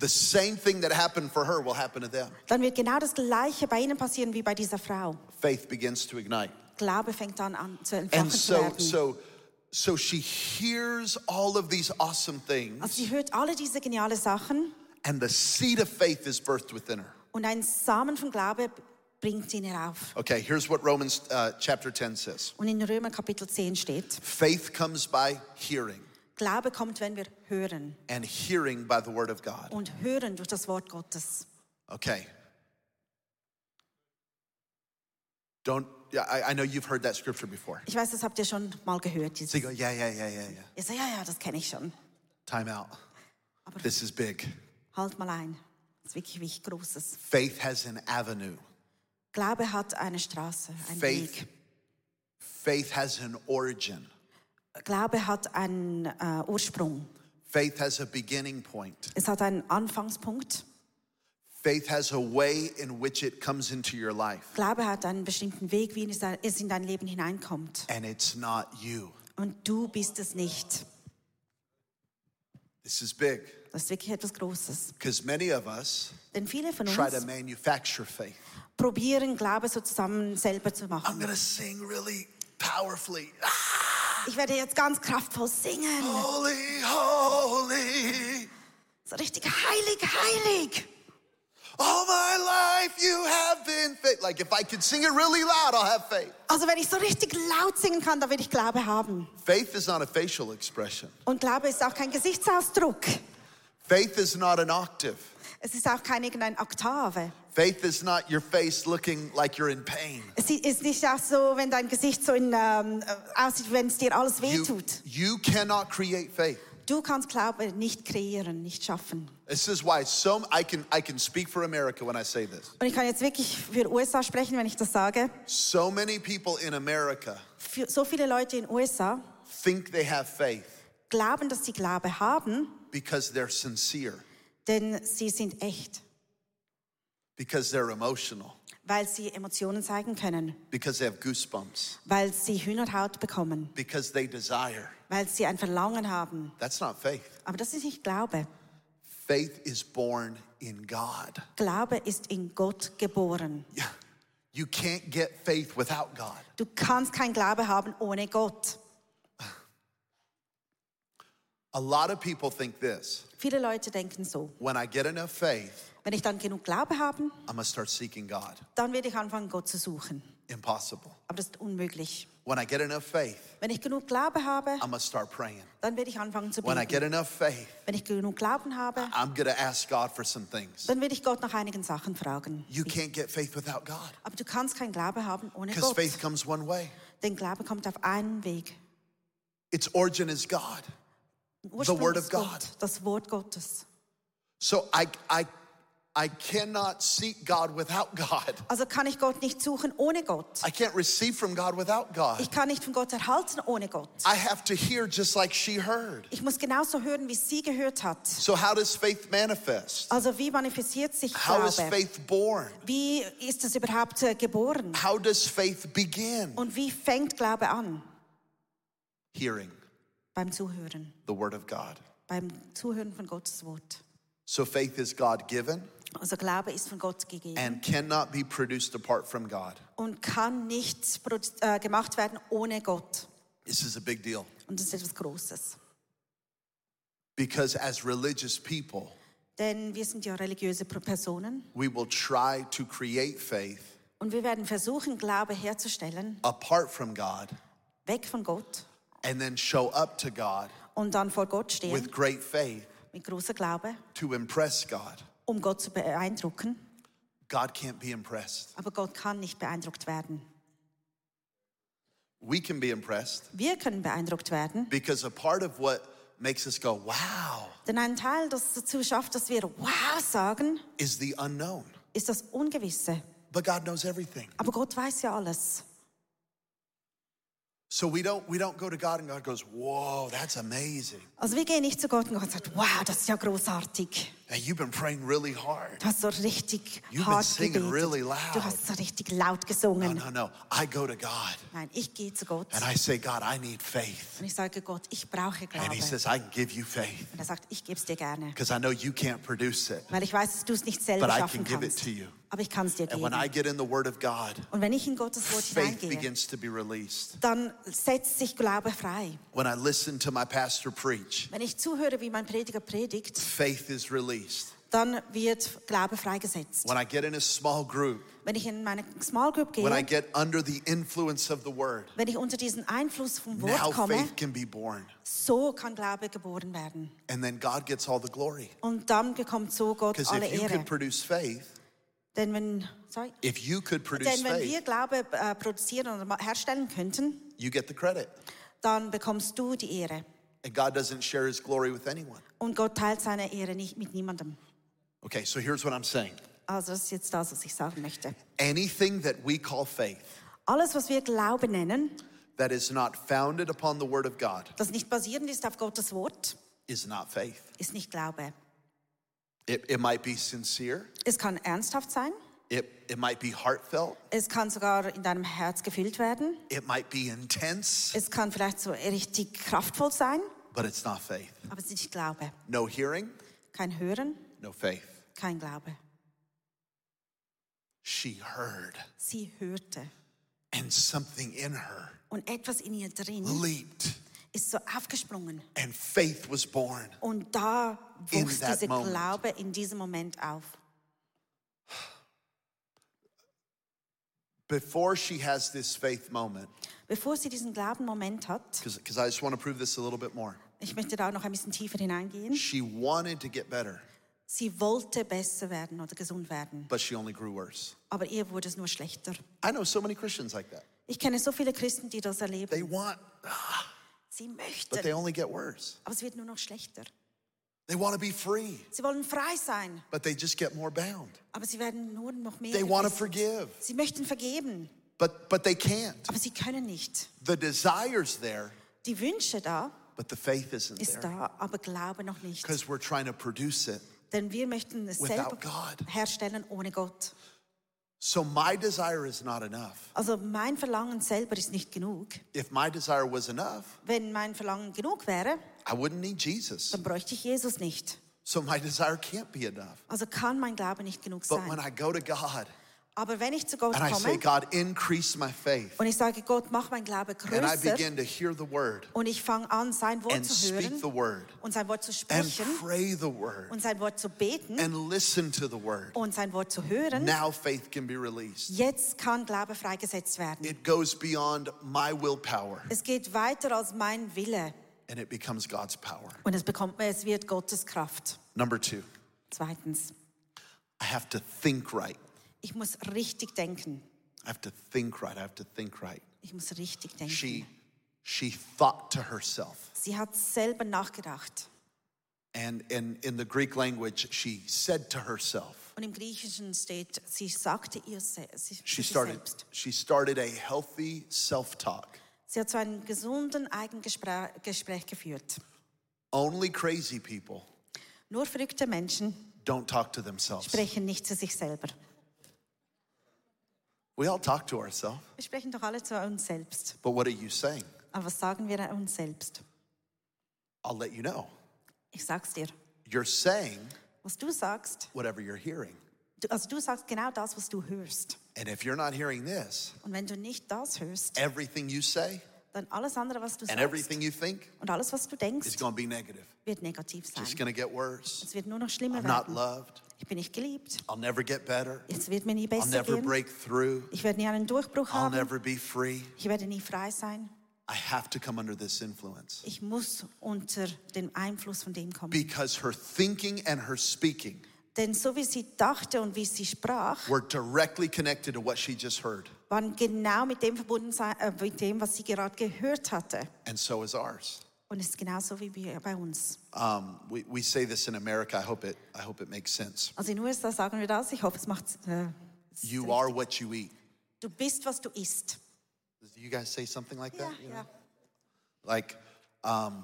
[SPEAKER 1] the same thing that happened for her will happen to them.
[SPEAKER 2] dann wird genau das Gleiche bei ihnen passieren wie bei dieser Frau.
[SPEAKER 1] Faith begins to ignite.
[SPEAKER 2] Glaube fängt an, an zu entfachen
[SPEAKER 1] And
[SPEAKER 2] zu
[SPEAKER 1] so,
[SPEAKER 2] werden.
[SPEAKER 1] so, so she hears all of these awesome
[SPEAKER 2] also
[SPEAKER 1] things,
[SPEAKER 2] sie hört alle diese geniale Sachen
[SPEAKER 1] and the seed of faith is birthed within her.
[SPEAKER 2] und ein Samen von Glaube bringt ihn herauf.
[SPEAKER 1] Okay, here's what Romans uh, chapter 10 says
[SPEAKER 2] Und in Römer Kapitel 10 steht,
[SPEAKER 1] Faith comes by hearing,
[SPEAKER 2] Glaube kommt, wenn wir hören.
[SPEAKER 1] and hearing by the word of God.
[SPEAKER 2] Und hören durch das Wort Gottes.
[SPEAKER 1] Okay. Don't, yeah, I, I know you've heard that scripture before.
[SPEAKER 2] Ich weiß, das habt ihr schon mal gehört. Dieses.
[SPEAKER 1] So you go, yeah, yeah, yeah, yeah, yeah.
[SPEAKER 2] Ihr sagt, ja, ja, das kenne ich schon.
[SPEAKER 1] Time out.
[SPEAKER 2] Aber
[SPEAKER 1] This is big.
[SPEAKER 2] halt mal ein. Das ist wirklich, wirklich Großes.
[SPEAKER 1] Faith has an avenue,
[SPEAKER 2] Glaube hat eine Straße, einen
[SPEAKER 1] faith,
[SPEAKER 2] Weg.
[SPEAKER 1] faith has an origin,
[SPEAKER 2] Glaube hat einen äh, Ursprung.
[SPEAKER 1] faith has a beginning point,
[SPEAKER 2] Es hat einen Anfangspunkt.
[SPEAKER 1] faith has a way in which it comes into your life,
[SPEAKER 2] Glaube hat einen bestimmten Weg, wie es- es in dein Leben hineinkommt.
[SPEAKER 1] and it's not you.
[SPEAKER 2] Und du bist es nicht.
[SPEAKER 1] This is big
[SPEAKER 2] Das ist wirklich etwas Großes.
[SPEAKER 1] because many of us
[SPEAKER 2] Denn viele von
[SPEAKER 1] try to
[SPEAKER 2] uns
[SPEAKER 1] manufacture faith.
[SPEAKER 2] probieren, Glaube so zusammen selber zu
[SPEAKER 1] I'm
[SPEAKER 2] machen.
[SPEAKER 1] going to sing really powerfully.
[SPEAKER 2] Ich werde jetzt ganz kraftvoll singen.
[SPEAKER 1] Holy, holy,
[SPEAKER 2] So richtig heilig, heilig.
[SPEAKER 1] all my life you have been faith. Like if I could sing it really loud, I'll have faith.
[SPEAKER 2] Also wenn ich so richtig laut singen kann, dann will ich Glaube haben.
[SPEAKER 1] Faith is not a facial expression.
[SPEAKER 2] Und Glaube ist auch kein Gesichtsausdruck.
[SPEAKER 1] Faith is not an octave.
[SPEAKER 2] Es ist auch keine irgendeine Oktave.
[SPEAKER 1] Faith is not your face looking like you're in pain.
[SPEAKER 2] Es ist nicht auch so, wenn dein Gesicht so in, ähm, aussieht, wenn es dir alles
[SPEAKER 1] You,
[SPEAKER 2] wehtut.
[SPEAKER 1] you cannot create faith.
[SPEAKER 2] Du kannst Glaube nicht kreieren, nicht schaffen.
[SPEAKER 1] This is why some I can I can speak for America when I say this.
[SPEAKER 2] Und ich kann jetzt wirklich für USA sprechen, wenn ich das sage.
[SPEAKER 1] So many people in America
[SPEAKER 2] Für so viele Leute in USA
[SPEAKER 1] think they have faith
[SPEAKER 2] glauben, dass sie Glaube haben,
[SPEAKER 1] because they're sincere,
[SPEAKER 2] denn sie sind echt,
[SPEAKER 1] because they're emotional,
[SPEAKER 2] weil sie Emotionen zeigen können,
[SPEAKER 1] because they have goosebumps,
[SPEAKER 2] weil sie Hühnerhaut bekommen,
[SPEAKER 1] because they desire.
[SPEAKER 2] weil sie ein Verlangen haben.
[SPEAKER 1] That's not faith.
[SPEAKER 2] Aber das ist nicht Glaube.
[SPEAKER 1] Faith is born in God.
[SPEAKER 2] Glaube ist in Gott geboren.
[SPEAKER 1] Yeah. You can't get faith without God.
[SPEAKER 2] Du kannst keinen Glaube haben ohne Gott.
[SPEAKER 1] A lot of people think this
[SPEAKER 2] Viele Leute denken so.
[SPEAKER 1] when I get enough faith,
[SPEAKER 2] Wenn ich dann genug Glaube habe,
[SPEAKER 1] I'm gonna start seeking God.
[SPEAKER 2] dann werde ich anfangen, Gott zu suchen.
[SPEAKER 1] Impossible.
[SPEAKER 2] Aber das ist unmöglich.
[SPEAKER 1] When I get enough faith,
[SPEAKER 2] Wenn ich genug Glaube habe,
[SPEAKER 1] I'm gonna start praying.
[SPEAKER 2] dann werde ich anfangen zu
[SPEAKER 1] When I get
[SPEAKER 2] beten.
[SPEAKER 1] enough faith,
[SPEAKER 2] Wenn ich genug Glauben habe,
[SPEAKER 1] I'm gonna ask God for some things.
[SPEAKER 2] dann werde ich Gott nach einigen Sachen fragen.
[SPEAKER 1] You can't get faith without God
[SPEAKER 2] Aber du kannst keinen Glaube haben ohne
[SPEAKER 1] because
[SPEAKER 2] Gott.
[SPEAKER 1] faith comes one way.
[SPEAKER 2] Denn Glaube kommt auf einen Weg.
[SPEAKER 1] Its origin is God.
[SPEAKER 2] Ursprung
[SPEAKER 1] word
[SPEAKER 2] ist
[SPEAKER 1] of
[SPEAKER 2] Gott,
[SPEAKER 1] God.
[SPEAKER 2] Das Wort Gottes.
[SPEAKER 1] So I, I, I cannot seek God without God.
[SPEAKER 2] Also kann ich Gott nicht suchen ohne Gott.
[SPEAKER 1] I can't receive from God without God.
[SPEAKER 2] Ich kann nicht von Gott erhalten ohne Gott.
[SPEAKER 1] I have to hear just like she heard.
[SPEAKER 2] Ich muss genauso hören, wie sie gehört hat.
[SPEAKER 1] So how does faith manifest?
[SPEAKER 2] Also wie manifestiert sich
[SPEAKER 1] How is
[SPEAKER 2] Glaube?
[SPEAKER 1] faith born?
[SPEAKER 2] Wie ist es überhaupt äh, geboren?
[SPEAKER 1] How does faith begin?
[SPEAKER 2] Und wie fängt Glaube an?
[SPEAKER 1] Hearing
[SPEAKER 2] Beim Zuhören,
[SPEAKER 1] the word of God.
[SPEAKER 2] beim Zuhören von Gottes Wort.
[SPEAKER 1] So faith is God given
[SPEAKER 2] Also Glaube ist von Gott gegeben
[SPEAKER 1] and cannot be produced apart from God.
[SPEAKER 2] und kann nicht produ- äh, gemacht werden ohne Gott.
[SPEAKER 1] This is a big deal
[SPEAKER 2] Und das ist etwas Großes.
[SPEAKER 1] because as religious people,
[SPEAKER 2] Denn wir sind ja religiöse Pro- Personen
[SPEAKER 1] we will try to create faith
[SPEAKER 2] und wir werden versuchen, Glaube herzustellen,
[SPEAKER 1] apart from God
[SPEAKER 2] weg von Gott
[SPEAKER 1] and then show up to God
[SPEAKER 2] und dann vor Gott stehen
[SPEAKER 1] with great faith
[SPEAKER 2] mit großer Glaube,
[SPEAKER 1] to impress God.
[SPEAKER 2] um Gott zu beeindrucken.
[SPEAKER 1] God can't be impressed.
[SPEAKER 2] Aber Gott kann nicht beeindruckt werden.
[SPEAKER 1] We can be impressed
[SPEAKER 2] Wir können beeindruckt werden,
[SPEAKER 1] because a part of what makes us go, wow,
[SPEAKER 2] denn ein Teil, das dazu schafft, dass wir wow sagen,
[SPEAKER 1] is the unknown.
[SPEAKER 2] ist das Ungewisse.
[SPEAKER 1] But God knows everything.
[SPEAKER 2] Aber Gott weiß ja alles.
[SPEAKER 1] So we don't we don't go to God and God goes, "Whoa, that's amazing.
[SPEAKER 2] Also wir gehen nicht zu Gott und Gott sagt, wow, das ist ja großartig.
[SPEAKER 1] Hey, you've been praying really hard."
[SPEAKER 2] Du hast so richtig
[SPEAKER 1] You've been
[SPEAKER 2] hart
[SPEAKER 1] singing
[SPEAKER 2] gebetet.
[SPEAKER 1] really loud.
[SPEAKER 2] Du hast so richtig laut
[SPEAKER 1] No,
[SPEAKER 2] gesungen.
[SPEAKER 1] no, no. I go to God
[SPEAKER 2] Nein, ich gehe zu Gott
[SPEAKER 1] and I say, "God, I need faith."
[SPEAKER 2] und ich sage Gott, ich brauche
[SPEAKER 1] And
[SPEAKER 2] Glaube.
[SPEAKER 1] he
[SPEAKER 2] Und
[SPEAKER 1] says, "I can give you faith
[SPEAKER 2] er sagt, ich gebe es dir gerne,
[SPEAKER 1] because I know you can't produce it.
[SPEAKER 2] weil ich weiß, dass du es nicht selber
[SPEAKER 1] But I
[SPEAKER 2] schaffen
[SPEAKER 1] can give it
[SPEAKER 2] kannst.
[SPEAKER 1] to you."
[SPEAKER 2] Aber ich kann es dir
[SPEAKER 1] And
[SPEAKER 2] geben.
[SPEAKER 1] when I get in the word of God,
[SPEAKER 2] Und wenn ich in Gottes Wort
[SPEAKER 1] faith
[SPEAKER 2] hineingehe,
[SPEAKER 1] begins to be released.
[SPEAKER 2] dann setzt sich Glaube frei.
[SPEAKER 1] When I listen to my pastor preach,
[SPEAKER 2] Wenn ich zuhöre, wie mein Prediger predigt,
[SPEAKER 1] faith is released.
[SPEAKER 2] dann wird Glaube freigesetzt.
[SPEAKER 1] When I get in a small group,
[SPEAKER 2] Wenn ich in meine Small Group
[SPEAKER 1] when I
[SPEAKER 2] gehe,
[SPEAKER 1] get under the influence of the word,
[SPEAKER 2] wenn ich unter diesen Einfluss vom
[SPEAKER 1] now
[SPEAKER 2] Wort komme,
[SPEAKER 1] faith can be born.
[SPEAKER 2] so kann Glaube geboren werden.
[SPEAKER 1] And then God gets all the glory.
[SPEAKER 2] Und dann bekommt so Gott
[SPEAKER 1] Because
[SPEAKER 2] alle
[SPEAKER 1] if you
[SPEAKER 2] Ehre.
[SPEAKER 1] could produce faith,
[SPEAKER 2] Denn wenn, sorry,
[SPEAKER 1] if you could produce
[SPEAKER 2] denn wenn wir
[SPEAKER 1] faith,
[SPEAKER 2] Glaube äh, produzieren oder ma- herstellen könnten,
[SPEAKER 1] you get the credit.
[SPEAKER 2] dann bekommst du die Ehre.
[SPEAKER 1] And God doesn't share his glory with anyone.
[SPEAKER 2] Und Gott teilt seine Ehre nicht mit niemandem.
[SPEAKER 1] Okay, so here's what I'm saying
[SPEAKER 2] Also das ist jetzt das, was ich sagen möchte.
[SPEAKER 1] anything that we call faith
[SPEAKER 2] Alles, was wir Glaube nennen,
[SPEAKER 1] that is not founded upon the word of God
[SPEAKER 2] das nicht basierend ist auf Gottes Wort,
[SPEAKER 1] is not faith.
[SPEAKER 2] ist nicht Glaube.
[SPEAKER 1] It, it might be sincere,
[SPEAKER 2] Es kann ernsthaft sein,
[SPEAKER 1] it, it might be heartfelt,
[SPEAKER 2] es kann sogar in deinem Herz gefüllt werden,
[SPEAKER 1] it might be intense,
[SPEAKER 2] es kann vielleicht so richtig kraftvoll sein,
[SPEAKER 1] but it's not faith.
[SPEAKER 2] aber es ist nicht Glaube.
[SPEAKER 1] No hearing,
[SPEAKER 2] Kein Hören,
[SPEAKER 1] no faith.
[SPEAKER 2] kein Glaube.
[SPEAKER 1] She heard,
[SPEAKER 2] Sie hörte
[SPEAKER 1] and something in her
[SPEAKER 2] und etwas in ihr drin
[SPEAKER 1] leaped,
[SPEAKER 2] ist so aufgesprungen
[SPEAKER 1] and faith was born.
[SPEAKER 2] und da
[SPEAKER 1] In
[SPEAKER 2] wuchs
[SPEAKER 1] that
[SPEAKER 2] dieser
[SPEAKER 1] moment.
[SPEAKER 2] Glaube in diesem Moment auf.
[SPEAKER 1] before she has this faith moment,
[SPEAKER 2] Bevor sie diesen Glaubenmoment hat,
[SPEAKER 1] because I just want to prove this a little bit more.
[SPEAKER 2] ich möchte da noch ein bisschen tiefer hineingehen.
[SPEAKER 1] She wanted to get better,
[SPEAKER 2] Sie wollte besser werden oder gesund werden,
[SPEAKER 1] but she only grew worse.
[SPEAKER 2] aber ihr wurde es nur schlechter.
[SPEAKER 1] I know so many Christians like that.
[SPEAKER 2] Ich kenne so viele Christen, die das erleben.
[SPEAKER 1] They want,
[SPEAKER 2] Sie
[SPEAKER 1] but they
[SPEAKER 2] möchten,
[SPEAKER 1] only get worse.
[SPEAKER 2] aber es wird nur noch schlechter.
[SPEAKER 1] They want to be free,
[SPEAKER 2] Sie wollen frei sein,
[SPEAKER 1] but they just get more bound.
[SPEAKER 2] aber sie werden nur noch mehr.
[SPEAKER 1] They want to
[SPEAKER 2] gebissen.
[SPEAKER 1] forgive,
[SPEAKER 2] Sie möchten vergeben,
[SPEAKER 1] but but they can't.
[SPEAKER 2] aber sie können nicht.
[SPEAKER 1] The desire's there,
[SPEAKER 2] Die Wünsche da
[SPEAKER 1] but the faith isn't
[SPEAKER 2] ist
[SPEAKER 1] there
[SPEAKER 2] da, aber Glaube noch nicht.
[SPEAKER 1] because we're trying to produce it.
[SPEAKER 2] Denn wir möchten es
[SPEAKER 1] Without
[SPEAKER 2] selber
[SPEAKER 1] God.
[SPEAKER 2] herstellen ohne Gott.
[SPEAKER 1] So my desire is not enough.
[SPEAKER 2] Also mein Verlangen selber ist nicht genug.
[SPEAKER 1] If my desire was enough,
[SPEAKER 2] Wenn mein Verlangen genug wäre,
[SPEAKER 1] I wouldn't need Jesus.
[SPEAKER 2] dann bräuchte ich Jesus nicht.
[SPEAKER 1] So my desire can't be enough.
[SPEAKER 2] Also kann mein Glaube nicht genug
[SPEAKER 1] But
[SPEAKER 2] sein.
[SPEAKER 1] when I go to God,
[SPEAKER 2] Aber wenn ich zu Gott
[SPEAKER 1] And I say,
[SPEAKER 2] komme
[SPEAKER 1] God, increase my faith.
[SPEAKER 2] und ich sage, Gott, mach mein Glaube
[SPEAKER 1] And I
[SPEAKER 2] größer
[SPEAKER 1] begin to hear the word
[SPEAKER 2] und ich fange an, sein Wort
[SPEAKER 1] and
[SPEAKER 2] zu
[SPEAKER 1] speak
[SPEAKER 2] hören
[SPEAKER 1] the word
[SPEAKER 2] und sein Wort zu
[SPEAKER 1] and
[SPEAKER 2] sprechen
[SPEAKER 1] pray the word
[SPEAKER 2] und sein Wort zu beten
[SPEAKER 1] and listen to the word.
[SPEAKER 2] und sein Wort zu hören,
[SPEAKER 1] Now faith can be released.
[SPEAKER 2] jetzt kann Glaube freigesetzt werden.
[SPEAKER 1] It goes beyond my willpower
[SPEAKER 2] Es geht weiter als mein Wille
[SPEAKER 1] and it becomes God's power.
[SPEAKER 2] und es, bekommt, es wird Gottes Kraft.
[SPEAKER 1] Number two,
[SPEAKER 2] Zweitens,
[SPEAKER 1] I have to think right.
[SPEAKER 2] ich muss richtig denken.
[SPEAKER 1] I have to think right. I have to think right.
[SPEAKER 2] Ich muss richtig denken.
[SPEAKER 1] She she thought to herself.
[SPEAKER 2] Sie hat selber nachgedacht.
[SPEAKER 1] And and in the Greek language, she said to herself.
[SPEAKER 2] Und im Griechischen steht, sie sagte ihr se- sie,
[SPEAKER 1] She
[SPEAKER 2] sie
[SPEAKER 1] started
[SPEAKER 2] selbst.
[SPEAKER 1] she started a healthy self-talk.
[SPEAKER 2] Sie hat so einen gesunden Eigengespräch Gespräch geführt.
[SPEAKER 1] Only crazy people
[SPEAKER 2] Nur verrückte Menschen
[SPEAKER 1] don't talk to themselves.
[SPEAKER 2] sprechen nicht zu sich selber.
[SPEAKER 1] We all talk to ourselves,
[SPEAKER 2] Wir sprechen doch alle zu uns selbst.
[SPEAKER 1] but what are you saying?
[SPEAKER 2] Aber was sagen wir uns selbst?
[SPEAKER 1] I'll let you know.
[SPEAKER 2] Ich sag's dir.
[SPEAKER 1] You're saying
[SPEAKER 2] Was du sagst,
[SPEAKER 1] whatever you're hearing.
[SPEAKER 2] du, also du sagst genau das, was du hörst.
[SPEAKER 1] And if you're not hearing this,
[SPEAKER 2] Und wenn du nicht das hörst,
[SPEAKER 1] everything you say
[SPEAKER 2] dann alles andere, was du
[SPEAKER 1] and
[SPEAKER 2] sagst
[SPEAKER 1] everything you think
[SPEAKER 2] und alles, was du
[SPEAKER 1] is
[SPEAKER 2] denkst,
[SPEAKER 1] going to be negative.
[SPEAKER 2] wird negativ sein.
[SPEAKER 1] It's going to get worse.
[SPEAKER 2] Es wird nur noch schlimmer
[SPEAKER 1] I'm not
[SPEAKER 2] werden.
[SPEAKER 1] loved.
[SPEAKER 2] Ich bin nicht geliebt.
[SPEAKER 1] I'll never get better.
[SPEAKER 2] Es wird mir nie
[SPEAKER 1] I'll
[SPEAKER 2] besser
[SPEAKER 1] never
[SPEAKER 2] gehen.
[SPEAKER 1] break through.
[SPEAKER 2] Ich werde nie einen Durchbruch
[SPEAKER 1] I'll
[SPEAKER 2] haben.
[SPEAKER 1] never be free.
[SPEAKER 2] Ich werde nie frei sein.
[SPEAKER 1] I have to come under this influence.
[SPEAKER 2] Ich muss unter den Einfluss von dem kommen.
[SPEAKER 1] Because her thinking and her speaking
[SPEAKER 2] Denn so wie sie dachte und wie sie sprach,
[SPEAKER 1] were directly connected to what she just heard,
[SPEAKER 2] waren genau mit dem verbunden, sein- äh, mit dem, was sie gerade gehört hatte.
[SPEAKER 1] and so is ours.
[SPEAKER 2] Und es ist genauso wie bei- bei uns.
[SPEAKER 1] Um, we, we say this in America. I hope it, I hope it makes sense.
[SPEAKER 2] Also in den USA sagen wir das. Ich hoffe, es macht. Äh,
[SPEAKER 1] You are what you eat.
[SPEAKER 2] du bist, was du isst.
[SPEAKER 1] Do you guys say something like that?
[SPEAKER 2] Ja,
[SPEAKER 1] You know?
[SPEAKER 2] ja.
[SPEAKER 1] Like, um,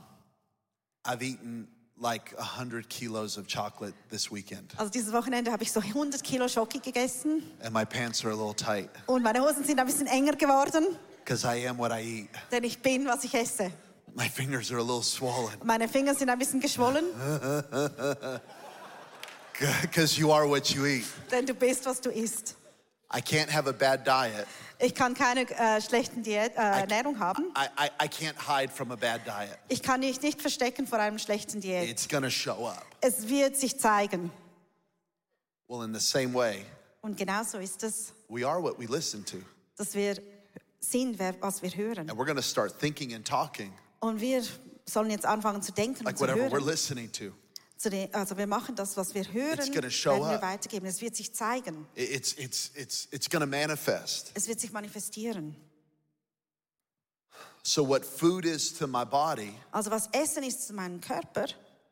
[SPEAKER 1] I've eaten like 100 kilos of chocolate this weekend,
[SPEAKER 2] Also dieses Wochenende habe ich so 100 Kilo Schoki gegessen
[SPEAKER 1] and my pants are a little tight
[SPEAKER 2] und meine Hosen sind ein bisschen enger geworden,
[SPEAKER 1] because I am what I eat.
[SPEAKER 2] denn ich bin, was ich esse.
[SPEAKER 1] My fingers are a little swollen
[SPEAKER 2] Meine Finger sind ein bisschen geschwollen,
[SPEAKER 1] because you are what you eat.
[SPEAKER 2] denn du bist, was du isst.
[SPEAKER 1] I can't have a bad diet.
[SPEAKER 2] Ich kann keine äh, schlechten Diät, äh, Ernährung haben.
[SPEAKER 1] I, I, I can't hide from a bad diet.
[SPEAKER 2] Ich kann mich nicht verstecken vor einem schlechten Diät.
[SPEAKER 1] It's going to show up.
[SPEAKER 2] Es wird sich zeigen.
[SPEAKER 1] Well, in the same way,
[SPEAKER 2] Und genau so ist es,
[SPEAKER 1] we are what we listen to.
[SPEAKER 2] dass wir sind, wer- was wir hören.
[SPEAKER 1] And we're going to start thinking and talking
[SPEAKER 2] Und wir sollen jetzt anfangen zu denken und
[SPEAKER 1] like
[SPEAKER 2] zu
[SPEAKER 1] whatever we're
[SPEAKER 2] hören.
[SPEAKER 1] listening to.
[SPEAKER 2] Zu den, also wir machen das, was wir hören,
[SPEAKER 1] It's
[SPEAKER 2] werden
[SPEAKER 1] gonna show
[SPEAKER 2] wir
[SPEAKER 1] up.
[SPEAKER 2] weitergeben. Es wird sich zeigen.
[SPEAKER 1] It- It's, it's, it's, it's going to manifest.
[SPEAKER 2] Es wird sich manifestieren.
[SPEAKER 1] So, what food is to my body,
[SPEAKER 2] Also was Essen ist zu meinem Körper,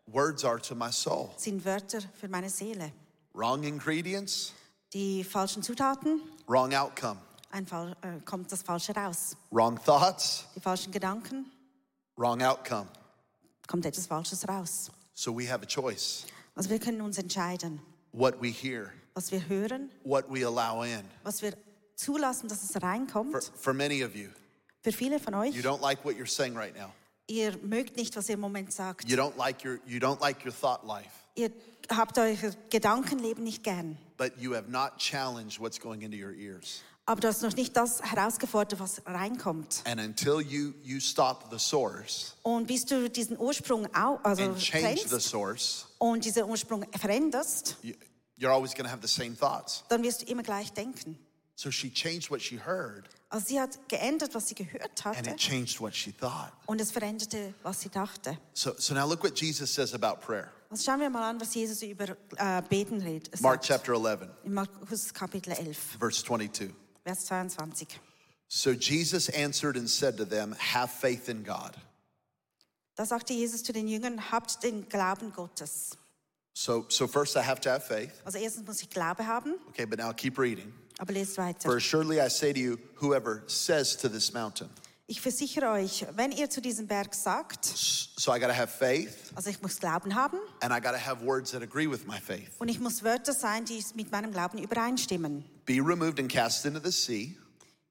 [SPEAKER 1] words are to my soul.
[SPEAKER 2] sind Wörter für meine Seele.
[SPEAKER 1] Wrong ingredients,
[SPEAKER 2] Die falschen Zutaten,
[SPEAKER 1] wrong outcome.
[SPEAKER 2] ein Fall, äh, kommt das Falsche raus.
[SPEAKER 1] Wrong thoughts,
[SPEAKER 2] Die falschen Gedanken,
[SPEAKER 1] wrong outcome.
[SPEAKER 2] kommt etwas Falsches raus.
[SPEAKER 1] So, we have a choice
[SPEAKER 2] Also wir können uns entscheiden,
[SPEAKER 1] what we hear,
[SPEAKER 2] was wir hören,
[SPEAKER 1] what we allow in.
[SPEAKER 2] was wir zulassen, dass es
[SPEAKER 1] For,
[SPEAKER 2] reinkommt.
[SPEAKER 1] for many of you,
[SPEAKER 2] Für viele von euch,
[SPEAKER 1] you don't like what you're saying right now.
[SPEAKER 2] ihr mögt nicht, was ihr im Moment sagt.
[SPEAKER 1] You don't like your you don't like your thought life,
[SPEAKER 2] Ihr habt euer Gedankenleben nicht gern.
[SPEAKER 1] but you have not challenged what's going into your ears.
[SPEAKER 2] Aber du hast noch nicht das herausgefordert, was reinkommt.
[SPEAKER 1] And until you you stop the source
[SPEAKER 2] Und bis du diesen Ursprung au also
[SPEAKER 1] and change the
[SPEAKER 2] trennst
[SPEAKER 1] source,
[SPEAKER 2] und diesen Ursprung veränderst,
[SPEAKER 1] you, you're always going to have the same thoughts.
[SPEAKER 2] dann wirst du immer gleich denken.
[SPEAKER 1] So she changed what she heard
[SPEAKER 2] Also sie hat geändert, was sie gehört
[SPEAKER 1] and
[SPEAKER 2] hatte
[SPEAKER 1] it changed what she thought.
[SPEAKER 2] und es veränderte, was sie dachte.
[SPEAKER 1] So so now look what Jesus says about prayer.
[SPEAKER 2] Also schauen wir mal an, was Jesus über äh, Beten redet.
[SPEAKER 1] Mark chapter 11
[SPEAKER 2] In Markus Kapitel 11,
[SPEAKER 1] verse 22.
[SPEAKER 2] Vers 22.
[SPEAKER 1] So Jesus answered and said to them, "Have faith in God."
[SPEAKER 2] Da sagte Jesus zu den Jüngern, habt den Glauben Gottes.
[SPEAKER 1] So so first I have to have faith.
[SPEAKER 2] Also erstens muss ich Glaube haben,
[SPEAKER 1] Okay, but now keep reading.
[SPEAKER 2] aber lest weiter.
[SPEAKER 1] For surely I say to you, whoever says to this mountain,
[SPEAKER 2] Ich versichere euch, wenn ihr zu diesem Berg sagt,
[SPEAKER 1] so I got to have faith
[SPEAKER 2] also ich muss Glauben haben
[SPEAKER 1] and I got to have words that agree with my faith,
[SPEAKER 2] und ich muss Wörter sein, die mit meinem Glauben übereinstimmen.
[SPEAKER 1] be removed and cast into the sea,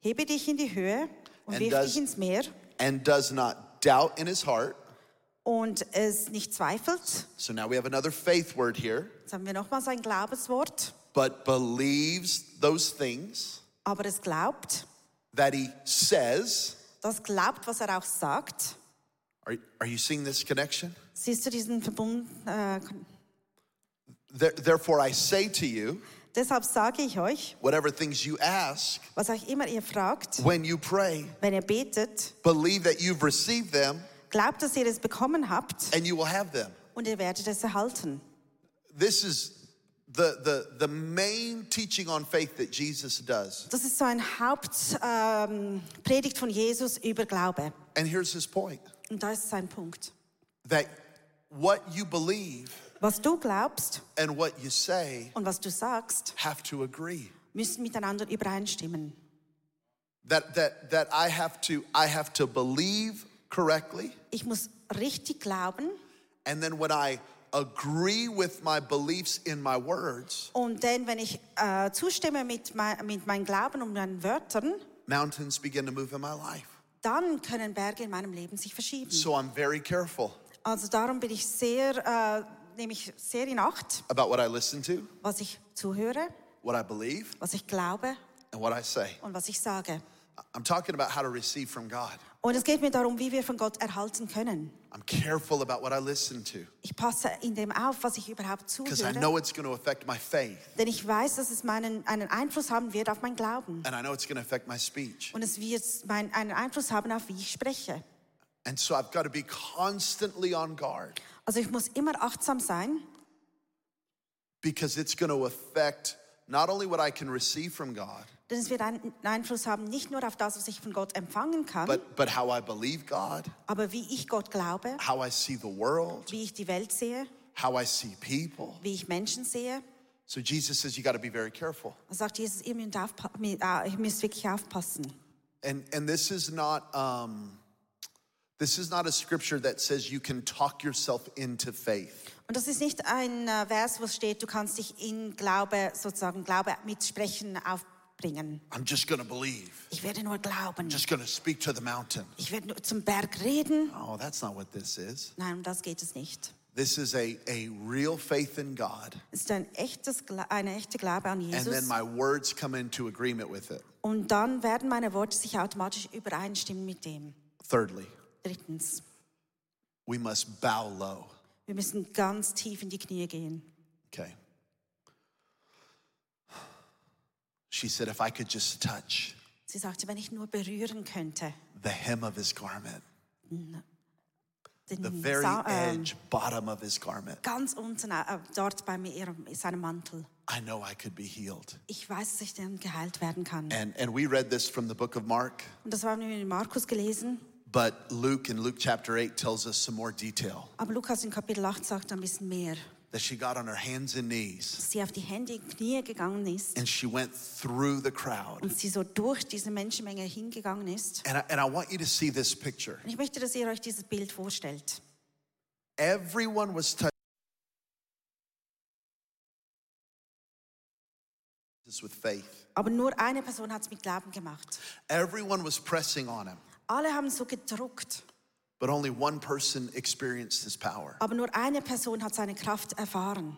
[SPEAKER 2] Hebe dich in die Höhe und
[SPEAKER 1] And
[SPEAKER 2] wirf
[SPEAKER 1] does-
[SPEAKER 2] dich ins Meer
[SPEAKER 1] and does not doubt in his heart.
[SPEAKER 2] und es nicht zweifelt.
[SPEAKER 1] So now we have another faith word here.
[SPEAKER 2] Jetzt haben wir nochmals ein Glaubenswort.
[SPEAKER 1] but believes those things
[SPEAKER 2] aber es glaubt,
[SPEAKER 1] that he says.
[SPEAKER 2] das glaubt, was er auch sagt.
[SPEAKER 1] Are, are you seeing this connection?
[SPEAKER 2] Siehst du diesen Verbund? Äh,
[SPEAKER 1] There, therefore, I say to you,
[SPEAKER 2] deshalb sage ich euch,
[SPEAKER 1] whatever things you ask
[SPEAKER 2] was euch immer ihr fragt,
[SPEAKER 1] when you pray,
[SPEAKER 2] wenn ihr betet,
[SPEAKER 1] believe that you've received them
[SPEAKER 2] glaubt, dass ihr es bekommen habt
[SPEAKER 1] and you will have them.
[SPEAKER 2] und ihr werdet es erhalten.
[SPEAKER 1] This is the, the, the main teaching on faith that Jesus does.
[SPEAKER 2] Das ist so ein Hauptpredigt ähm, Predigt von Jesus über Glaube.
[SPEAKER 1] And here's his point
[SPEAKER 2] Und da ist sein Punkt.
[SPEAKER 1] that what you believe
[SPEAKER 2] Was du glaubst
[SPEAKER 1] and what you say
[SPEAKER 2] und was du sagst,
[SPEAKER 1] have to agree.
[SPEAKER 2] müssen miteinander übereinstimmen.
[SPEAKER 1] That, that, that I, have to, I have to believe correctly.
[SPEAKER 2] Ich muss richtig glauben
[SPEAKER 1] And then when I agree with my beliefs in my words,
[SPEAKER 2] und dann, wenn ich äh, zustimme mit, mein, mit meinem Glauben und meinen Wörtern,
[SPEAKER 1] mountains begin to move in my life.
[SPEAKER 2] dann können Berge in meinem Leben sich verschieben.
[SPEAKER 1] So I'm very careful
[SPEAKER 2] Also darum bin ich sehr, äh, nehme ich sehr in Acht,
[SPEAKER 1] about what I listen to,
[SPEAKER 2] was ich zuhöre,
[SPEAKER 1] what I believe,
[SPEAKER 2] was ich glaube
[SPEAKER 1] and what I say.
[SPEAKER 2] und was ich sage.
[SPEAKER 1] I'm talking about how to receive from God.
[SPEAKER 2] Und es geht mir darum, wie wir von Gott erhalten können.
[SPEAKER 1] I'm careful about what I listen to
[SPEAKER 2] Ich passe in dem auf, was ich überhaupt
[SPEAKER 1] because I
[SPEAKER 2] zuhöre,
[SPEAKER 1] know it's going to affect my faith
[SPEAKER 2] denn ich weiß, dass es meinen, einen Einfluss haben wird auf mein Glauben.
[SPEAKER 1] and I know it's going to affect my speech.
[SPEAKER 2] Und es wird mein, einen Einfluss haben, auf wie ich spreche.
[SPEAKER 1] And so I've got to be constantly on guard
[SPEAKER 2] Also ich muss immer achtsam sein,
[SPEAKER 1] because it's going to affect not only what I can receive from God,
[SPEAKER 2] denn es wird einen Einfluss haben, nicht nur auf das, was ich von Gott empfangen kann,
[SPEAKER 1] but, but how I believe God,
[SPEAKER 2] aber wie ich Gott glaube,
[SPEAKER 1] how I see the world,
[SPEAKER 2] wie ich die Welt sehe,
[SPEAKER 1] how I see people.
[SPEAKER 2] wie ich Menschen sehe.
[SPEAKER 1] So Jesus says you got to be very careful.
[SPEAKER 2] Da sagt Jesus, ihr müsst, aufpa mi- ah, ihr müsst wirklich aufpassen.
[SPEAKER 1] And and this is not um, this is not a scripture that says you can talk yourself into faith.
[SPEAKER 2] Und das ist nicht ein äh, Vers, wo es steht, du kannst dich in Glaube, sozusagen Glaube mit Sprechen aufbringen.
[SPEAKER 1] I'm just going to believe.
[SPEAKER 2] Ich werde nur glauben.
[SPEAKER 1] Just going to speak to the mountain.
[SPEAKER 2] Ich werde nur zum Berg reden.
[SPEAKER 1] Oh, that's not what this is.
[SPEAKER 2] Nein, um das geht es nicht.
[SPEAKER 1] This is a a real faith in God,
[SPEAKER 2] Es ist ein echtes, Gla- eine echte Glaube an
[SPEAKER 1] and then
[SPEAKER 2] Jesus.
[SPEAKER 1] my words come into agreement with it.
[SPEAKER 2] Und dann werden meine Worte sich automatisch übereinstimmen mit dem.
[SPEAKER 1] Thirdly,
[SPEAKER 2] Drittens,
[SPEAKER 1] we must bow low.
[SPEAKER 2] wir müssen ganz tief in die Knie gehen.
[SPEAKER 1] Okay. She said, if I could just touch
[SPEAKER 2] Sie sagte, wenn ich nur berühren könnte,
[SPEAKER 1] the hem of his garment,
[SPEAKER 2] den
[SPEAKER 1] the very
[SPEAKER 2] Sa- ähm,
[SPEAKER 1] edge, bottom of his garment,
[SPEAKER 2] ganz unten, äh, dort bei mir, ihrem- seinem Mantel.
[SPEAKER 1] I know I could be healed.
[SPEAKER 2] Ich weiß, dass ich dann geheilt werden kann.
[SPEAKER 1] And, and we read this from the book of Mark,
[SPEAKER 2] Und das haben wir in Markus gelesen.
[SPEAKER 1] but Luke in Luke chapter 8 tells us some more detail
[SPEAKER 2] Aber Lukas in Kapitel 8 sagt ein bisschen mehr.
[SPEAKER 1] that she got on her hands and knees
[SPEAKER 2] Dass sie auf die Hände in die Knie gegangen ist
[SPEAKER 1] and she went through the crowd.
[SPEAKER 2] und sie so durch diese Menschenmenge hingegangen ist.
[SPEAKER 1] And I, and I want you to see this picture.
[SPEAKER 2] Und ich möchte, dass ihr euch dieses Bild vorstellt.
[SPEAKER 1] Everyone was touched with faith,
[SPEAKER 2] Aber nur eine Person hat es mit Glauben gemacht.
[SPEAKER 1] everyone was pressing on him,
[SPEAKER 2] Alle haben so gedruckt,
[SPEAKER 1] but only one person experienced his power.
[SPEAKER 2] aber nur eine Person hat seine Kraft erfahren.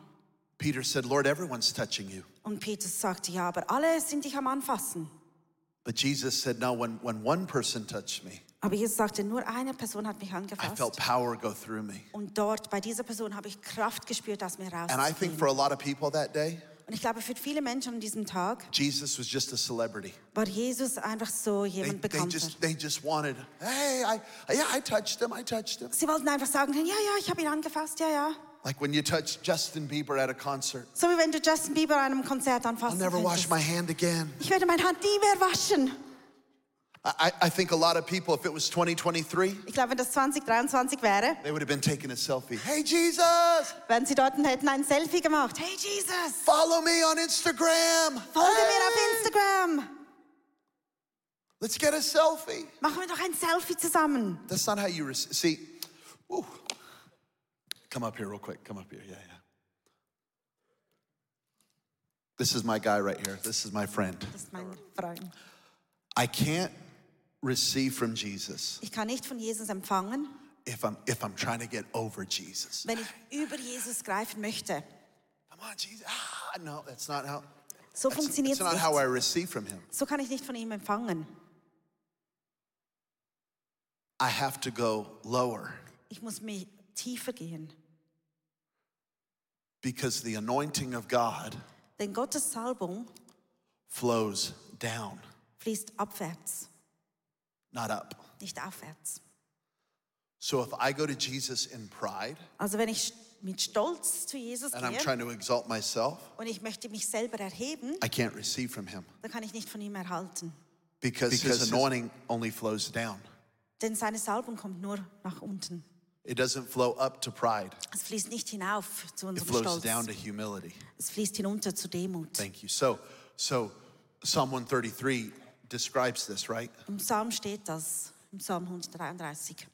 [SPEAKER 1] Peter said, Lord, everyone's touching you.
[SPEAKER 2] Und Petrus sagte, ja, aber alle sind dich am Anfassen.
[SPEAKER 1] But Jesus said, No, when, when one person touched me,
[SPEAKER 2] Aber Jesus sagte, nur eine Person hat mich
[SPEAKER 1] I felt
[SPEAKER 2] angefasst.
[SPEAKER 1] power go through me.
[SPEAKER 2] Und dort, bei dieser Person, habe ich Kraft gespürt, aus mir raus.
[SPEAKER 1] And I think for a lot of people that day,
[SPEAKER 2] Und ich glaube, für viele Menschen an diesem Tag
[SPEAKER 1] Jesus was just a celebrity.
[SPEAKER 2] war Jesus einfach so
[SPEAKER 1] They,
[SPEAKER 2] jemand
[SPEAKER 1] they
[SPEAKER 2] Bekannter.
[SPEAKER 1] just they just wanted, hey, I yeah, I touched him, I touched him.
[SPEAKER 2] Sie wollten einfach sagen, können, ja, ja, ich habe ihn angefasst, ja, ja.
[SPEAKER 1] Like when you touch Justin Bieber at a concert.
[SPEAKER 2] So wie wenn du Justin Bieber an einem Konzert
[SPEAKER 1] I'll
[SPEAKER 2] anfassen
[SPEAKER 1] never wash
[SPEAKER 2] könntest.
[SPEAKER 1] my hand again.
[SPEAKER 2] Ich werde meine Hand nie mehr waschen.
[SPEAKER 1] I, I- I think a lot of people, if it was 2023,
[SPEAKER 2] Ich glaube, wenn das 2023 wäre,
[SPEAKER 1] they would have been taking a selfie. Hey Jesus,
[SPEAKER 2] wenn sie dort hätten ein Selfie gemacht. Hey Jesus,
[SPEAKER 1] follow me on Instagram.
[SPEAKER 2] folge mir
[SPEAKER 1] Hey,
[SPEAKER 2] auf Instagram.
[SPEAKER 1] Let's get a selfie.
[SPEAKER 2] Machen wir doch ein Selfie zusammen.
[SPEAKER 1] That's not how you rec- see. Woo. Come up here real quick. Come up here. Yeah, yeah. This is my guy right here. This is my friend.
[SPEAKER 2] Das ist mein Freund.
[SPEAKER 1] I can't receive from Jesus
[SPEAKER 2] Ich kann nicht von Jesus empfangen,
[SPEAKER 1] if I'm if I'm trying to get over Jesus.
[SPEAKER 2] wenn ich über Jesus greifen möchte.
[SPEAKER 1] Come on, Jesus. Ah, ah, no, that's not how.
[SPEAKER 2] So
[SPEAKER 1] That's,
[SPEAKER 2] funktioniert
[SPEAKER 1] that's not
[SPEAKER 2] es
[SPEAKER 1] how I
[SPEAKER 2] nicht.
[SPEAKER 1] receive from Him.
[SPEAKER 2] So kann ich nicht von ihm empfangen.
[SPEAKER 1] I have to go lower
[SPEAKER 2] Ich muss mich tiefer gehen.
[SPEAKER 1] because the anointing of God
[SPEAKER 2] Denn Gottes Salbung
[SPEAKER 1] flows down,
[SPEAKER 2] fließt abwärts,
[SPEAKER 1] not up.
[SPEAKER 2] nicht aufwärts.
[SPEAKER 1] So if I go to Jesus in pride
[SPEAKER 2] Also wenn ich mit Stolz zu Jesus
[SPEAKER 1] and I'm
[SPEAKER 2] gehe
[SPEAKER 1] trying to exalt myself,
[SPEAKER 2] und ich möchte mich selber erheben,
[SPEAKER 1] I can't receive from Him
[SPEAKER 2] dann kann ich nicht von ihm erhalten.
[SPEAKER 1] because,
[SPEAKER 3] Because
[SPEAKER 1] His
[SPEAKER 3] his-
[SPEAKER 1] anointing only flows down.
[SPEAKER 2] Denn seine Salbung kommt nur nach unten.
[SPEAKER 1] It doesn't flow up to pride.
[SPEAKER 2] Es fließt nicht hinauf zu
[SPEAKER 1] It
[SPEAKER 2] unserem
[SPEAKER 1] flows
[SPEAKER 2] Stolz.
[SPEAKER 1] down to humility.
[SPEAKER 2] Es fließt hinunter zu Demut.
[SPEAKER 1] Thank you. So, so Psalm 133 describes this, right?
[SPEAKER 2] Im Psalm steht das, im Psalm 133.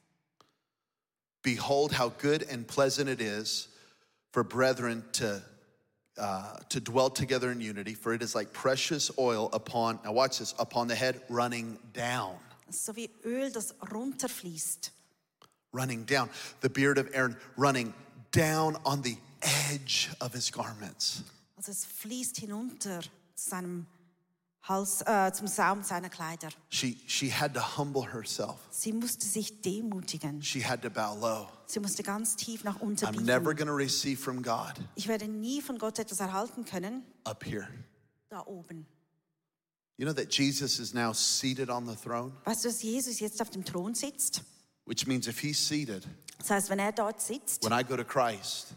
[SPEAKER 1] Behold, how good and pleasant it is for brethren to uh, to dwell together in unity. For it is like precious oil upon. Now watch this. Upon the head, running down,
[SPEAKER 2] Es ist so wie Öl, das runterfließt.
[SPEAKER 1] running down. The beard of Aaron running down on the edge of his garments.
[SPEAKER 2] Also es fließt hinunter zu seinem Hals, äh, zum Saum seiner Kleider.
[SPEAKER 1] She she had to humble herself.
[SPEAKER 2] Sie musste sich demutigen.
[SPEAKER 1] She had to bow low.
[SPEAKER 2] Sie musste ganz tief nach unten
[SPEAKER 1] I'm
[SPEAKER 2] biegen.
[SPEAKER 1] never going to receive from God
[SPEAKER 2] Ich werde nie von Gott etwas erhalten können,
[SPEAKER 1] up here.
[SPEAKER 2] da oben.
[SPEAKER 1] You know that Jesus is now seated on the throne,
[SPEAKER 2] Weißt du, dass Jesus jetzt auf dem Thron sitzt?
[SPEAKER 1] which means if he's seated,
[SPEAKER 2] Das heißt, wenn er dort sitzt
[SPEAKER 1] when I go to Christ,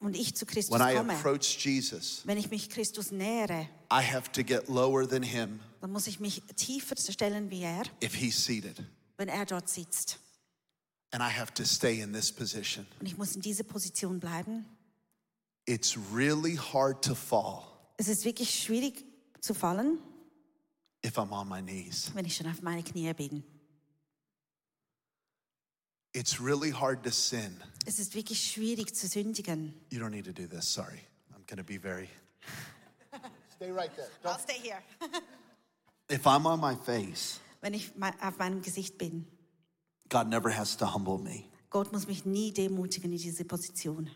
[SPEAKER 2] und ich zu Christus
[SPEAKER 1] when I
[SPEAKER 2] komme,
[SPEAKER 1] approach Jesus,
[SPEAKER 2] wenn ich mich Christus nähere,
[SPEAKER 1] I have to get lower than him
[SPEAKER 2] dann muss ich mich tiefer stellen wie er,
[SPEAKER 1] if he's seated.
[SPEAKER 2] wenn er dort sitzt.
[SPEAKER 1] And I have to stay in this position.
[SPEAKER 2] Und ich muss in dieser Position bleiben.
[SPEAKER 1] It's really hard to fall
[SPEAKER 2] Es ist wirklich schwierig zu fallen,
[SPEAKER 1] if I'm on my knees.
[SPEAKER 2] wenn ich schon auf meine Knie bin.
[SPEAKER 1] It's really hard to sin.
[SPEAKER 2] Es ist wirklich schwierig zu sündigen.
[SPEAKER 1] You don't need to do this, sorry. I'm going to be very. stay right there.
[SPEAKER 2] I'll stay here.
[SPEAKER 1] If I'm on my face,
[SPEAKER 2] Wenn ich mei- auf meinem Gesicht bin.
[SPEAKER 1] God never has to humble me.
[SPEAKER 2] Gott muss mich nie demutigen in diese Position.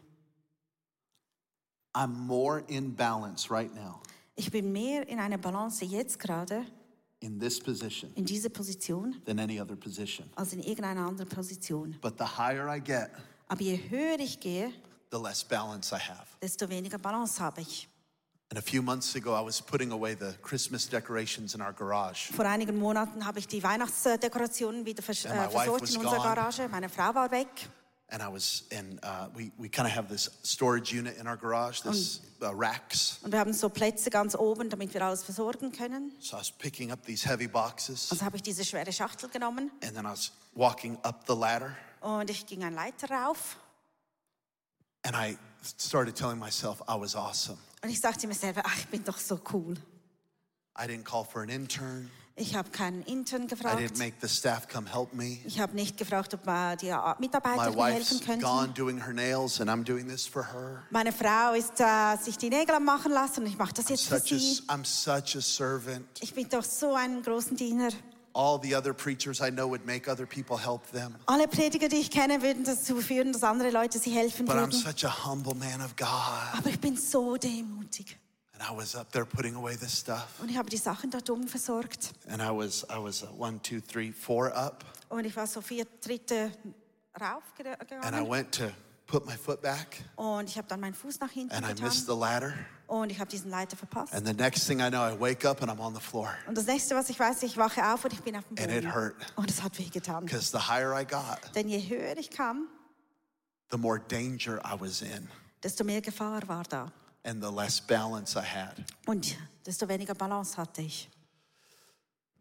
[SPEAKER 1] I'm more in balance right now
[SPEAKER 2] Ich bin mehr in einer Balance jetzt gerade,
[SPEAKER 1] in this position
[SPEAKER 2] in dieser Position,
[SPEAKER 1] than any other position.
[SPEAKER 2] als in irgendeiner anderen Position.
[SPEAKER 1] But the higher I get,
[SPEAKER 2] Aber je höher ich gehe,
[SPEAKER 1] the less balance I have.
[SPEAKER 2] desto weniger Balance habe ich.
[SPEAKER 1] And a few months ago, I was putting away the Christmas decorations in our garage.
[SPEAKER 2] Vor einigen Monaten habe ich die Weihnachtsdekorationen wieder versch-
[SPEAKER 1] And my
[SPEAKER 2] äh,
[SPEAKER 1] wife
[SPEAKER 2] versorgt
[SPEAKER 1] was
[SPEAKER 2] in unserer
[SPEAKER 1] gone.
[SPEAKER 2] Garage. Meine Frau war weg.
[SPEAKER 1] And I was, and uh, we, we kind of have this storage unit in our garage, this uh, racks.
[SPEAKER 2] Und wir haben so Plätze ganz oben, damit wir alles versorgen können.
[SPEAKER 1] So I was picking up these heavy boxes,
[SPEAKER 2] Also habe ich diese schwere Schachtel genommen
[SPEAKER 1] and then I was walking up the ladder,
[SPEAKER 2] und ich ging einen Leiter rauf.
[SPEAKER 1] and I started telling myself I was awesome.
[SPEAKER 2] Und ich sagte mir selber, ach, ich bin doch so cool.
[SPEAKER 1] I didn't call for an intern.
[SPEAKER 2] Ich habe keinen Intern
[SPEAKER 1] I didn't
[SPEAKER 2] gefragt.
[SPEAKER 1] make the staff come help me.
[SPEAKER 2] Ich habe nicht gefragt, ob äh, die Ar-
[SPEAKER 1] My
[SPEAKER 2] Mitarbeiter mir
[SPEAKER 1] wife's
[SPEAKER 2] helfen könnten.
[SPEAKER 1] gone doing her nails, and I'm doing this for her.
[SPEAKER 2] Meine Frau ist äh, sich die Nägel am machen lassen und ich mache das jetzt für
[SPEAKER 1] Such a,
[SPEAKER 2] sie.
[SPEAKER 1] I'm such a servant.
[SPEAKER 2] Ich bin doch so ein großen Diener.
[SPEAKER 1] All the other preachers I know would make other people help them.
[SPEAKER 2] Alle Prediger, die ich kenne, würden dazu führen, dass andere Leute sie helfen
[SPEAKER 1] But I'm
[SPEAKER 2] würden.
[SPEAKER 1] such a humble man of God.
[SPEAKER 2] Aber ich bin so demutig.
[SPEAKER 1] And I was up there putting away this stuff.
[SPEAKER 2] Und ich habe die Sachen dort oben versorgt.
[SPEAKER 1] And I was, I was uh, one, two, three, four up.
[SPEAKER 2] Und ich war so vier Tritte
[SPEAKER 1] And I
[SPEAKER 2] raufgegangen.
[SPEAKER 1] went to put my foot back.
[SPEAKER 2] Und ich habe dann meinen Fuß nach hinten
[SPEAKER 1] And I missed
[SPEAKER 2] getan.
[SPEAKER 1] the ladder.
[SPEAKER 2] Und ich habe diesen Leiter verpasst.
[SPEAKER 1] And the next thing I know, I wake up and I'm on the floor.
[SPEAKER 2] Und das nächste, was ich weiß, ich wache auf und ich bin auf dem
[SPEAKER 1] And
[SPEAKER 2] Boden.
[SPEAKER 1] it hurt.
[SPEAKER 2] Und es hat wehgetan.
[SPEAKER 1] Because the higher I got,
[SPEAKER 2] Denn je höher ich kam,
[SPEAKER 1] the more danger I was in.
[SPEAKER 2] desto mehr Gefahr war da.
[SPEAKER 1] And the less balance I had.
[SPEAKER 2] Und desto weniger Balance hatte ich.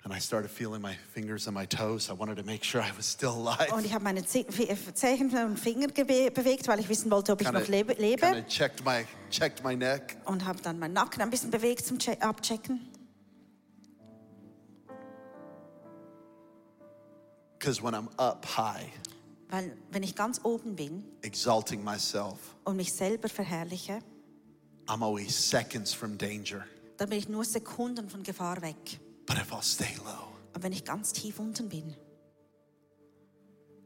[SPEAKER 1] And I started feeling my fingers and my toes. I wanted to make sure I was still alive.
[SPEAKER 2] Und ich habe meine Ze- Fe- Zehen und Finger gebe- bewegt, weil ich wissen wollte, ob ich noch lebe. lebe.
[SPEAKER 1] Kinda checked my checked my neck.
[SPEAKER 2] Und habe dann meinen Nacken ein bisschen bewegt zum che Abchecken.
[SPEAKER 1] Because when I'm up high,
[SPEAKER 2] Weil wenn ich ganz oben bin
[SPEAKER 1] exalting myself,
[SPEAKER 2] und mich selber verherrliche,
[SPEAKER 1] I'm always seconds from danger.
[SPEAKER 2] dann bin ich nur Sekunden von Gefahr weg.
[SPEAKER 1] But if I'll stay low,
[SPEAKER 2] Aber wenn ich ganz tief unten bin,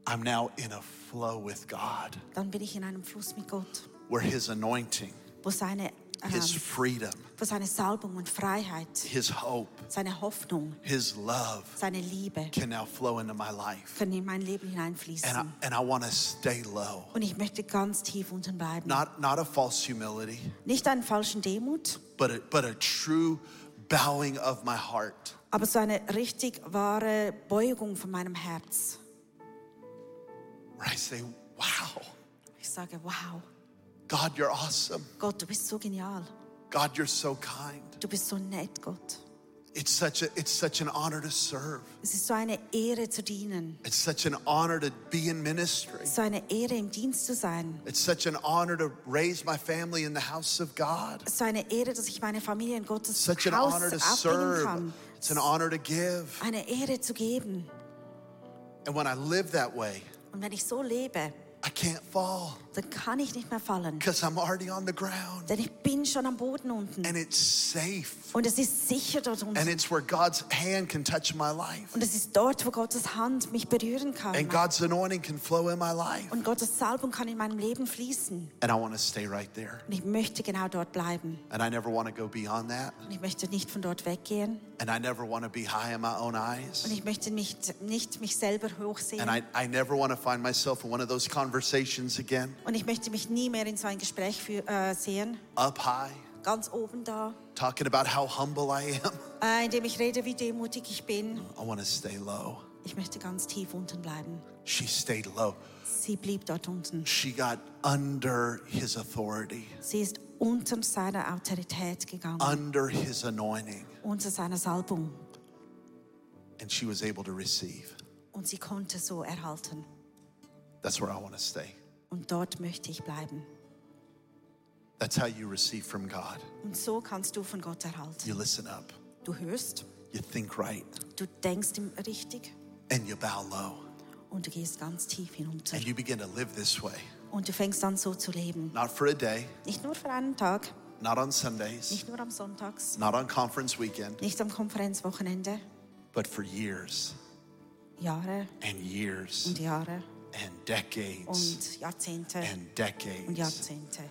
[SPEAKER 1] I'm now in a flow with God
[SPEAKER 2] dann bin ich in einem Fluss mit Gott,
[SPEAKER 1] where His anointing
[SPEAKER 2] wo seine
[SPEAKER 1] his freedom,
[SPEAKER 2] für seine Salbung und Freiheit,
[SPEAKER 1] his hope,
[SPEAKER 2] seine Hoffnung,
[SPEAKER 1] his love
[SPEAKER 2] seine Liebe
[SPEAKER 1] can now flow into my life.
[SPEAKER 2] können in mein Leben
[SPEAKER 1] And I,
[SPEAKER 2] hineinfließen.
[SPEAKER 1] and I want to stay low.
[SPEAKER 2] Und ich möchte ganz tief unten bleiben.
[SPEAKER 1] Not, not a false humility,
[SPEAKER 2] Nicht einen falschen Demut,
[SPEAKER 1] but a, but a true bowing of my heart.
[SPEAKER 2] aber so eine richtig wahre Beugung von meinem Herz.
[SPEAKER 1] Where I say, wow,
[SPEAKER 2] Ich sage, wow,
[SPEAKER 1] God, you're awesome.
[SPEAKER 2] Gott, du bist so genial.
[SPEAKER 1] God, you're so kind.
[SPEAKER 2] Du bist so nett, Gott.
[SPEAKER 1] It's such, a, it's such an honor to serve.
[SPEAKER 2] Es ist so eine Ehre zu dienen.
[SPEAKER 1] It's such an honor to be in ministry.
[SPEAKER 2] Es ist so eine Ehre, im Dienst zu sein.
[SPEAKER 1] It's such an honor to raise my family in the house of God.
[SPEAKER 2] Es ist so eine Ehre, dass ich meine Familie in Gottes
[SPEAKER 1] Such an
[SPEAKER 2] Haus
[SPEAKER 1] honor to
[SPEAKER 2] aufbringen
[SPEAKER 1] serve.
[SPEAKER 2] kann.
[SPEAKER 1] It's an honor to give.
[SPEAKER 2] Eine Ehre zu geben.
[SPEAKER 1] And when I live that way,
[SPEAKER 2] Und wenn ich so lebe,
[SPEAKER 1] I can't fall
[SPEAKER 2] dann kann ich nicht mehr fallen.
[SPEAKER 1] because I'm already on the ground.
[SPEAKER 2] Denn ich bin schon am Boden unten.
[SPEAKER 1] And it's safe.
[SPEAKER 2] Und es ist sicher dort
[SPEAKER 1] And
[SPEAKER 2] unten.
[SPEAKER 1] it's where God's hand can touch my life.
[SPEAKER 2] Und es ist dort, wo Gottes Hand mich berühren kann.
[SPEAKER 1] And God's anointing can flow in my life.
[SPEAKER 2] Und Gottes Salbung kann in meinem Leben fließen.
[SPEAKER 1] And I want to stay right there.
[SPEAKER 2] Und ich möchte genau dort bleiben.
[SPEAKER 1] And I never want to go beyond that.
[SPEAKER 2] Und ich möchte nicht von dort weggehen.
[SPEAKER 1] And I never want to be high in my own eyes.
[SPEAKER 2] Und ich möchte nicht, nicht mich selber hochsehen.
[SPEAKER 1] And I, I never want to find myself in one of those conversations again,
[SPEAKER 2] Und ich möchte mich nie mehr in so ein Gespräch für, äh, sehen.
[SPEAKER 1] up high,
[SPEAKER 2] Ganz oben da.
[SPEAKER 1] talking about how humble I am.
[SPEAKER 2] Äh, indem ich rede, wie demütig ich bin.
[SPEAKER 1] I want to stay low.
[SPEAKER 2] Ich möchte ganz tief unten bleiben.
[SPEAKER 1] She stayed low.
[SPEAKER 2] Sie blieb dort unten.
[SPEAKER 1] She got under his authority,
[SPEAKER 2] Sie ist unter seiner Autorität gegangen.
[SPEAKER 1] under his anointing,
[SPEAKER 2] unter seiner Salbung.
[SPEAKER 1] and she was able to receive.
[SPEAKER 2] Und sie konnte so erhalten.
[SPEAKER 1] That's where I want to stay.
[SPEAKER 2] Und dort möchte ich bleiben.
[SPEAKER 1] That's how you receive from God.
[SPEAKER 2] Und so kannst du von Gott erhalten.
[SPEAKER 1] You listen up,
[SPEAKER 2] Du hörst,
[SPEAKER 1] you think right,
[SPEAKER 2] du denkst ihm richtig
[SPEAKER 1] and you bow low.
[SPEAKER 2] und du gehst ganz tief hinunter.
[SPEAKER 1] And you begin to live this way,
[SPEAKER 2] Und du fängst an so zu leben.
[SPEAKER 1] not for a day,
[SPEAKER 2] Nicht nur für einen Tag,
[SPEAKER 1] not on Sundays,
[SPEAKER 2] nicht nur am Sonntags,
[SPEAKER 1] not on conference weekend,
[SPEAKER 2] nicht am Konferenzwochenende.
[SPEAKER 1] but for years
[SPEAKER 2] Jahre
[SPEAKER 1] and years
[SPEAKER 2] und Jahre
[SPEAKER 1] and decades
[SPEAKER 2] und Jahrzehnte
[SPEAKER 1] and
[SPEAKER 2] und
[SPEAKER 1] decades.
[SPEAKER 2] Jahrzehnte.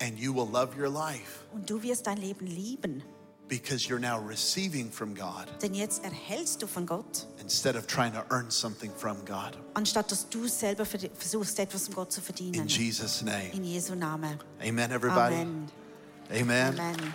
[SPEAKER 1] And you will love your life
[SPEAKER 2] Und du wirst dein Leben lieben,
[SPEAKER 1] because you're now receiving from God
[SPEAKER 2] denn jetzt erhältst du von Gott,
[SPEAKER 1] instead of trying to earn something from God.
[SPEAKER 2] anstatt dass du selber verd- versuchst, etwas von Gott zu verdienen.
[SPEAKER 1] In Jesus' name.
[SPEAKER 2] In Jesu Namen.
[SPEAKER 1] Amen, everybody.
[SPEAKER 2] Amen.
[SPEAKER 1] Amen.
[SPEAKER 2] Amen.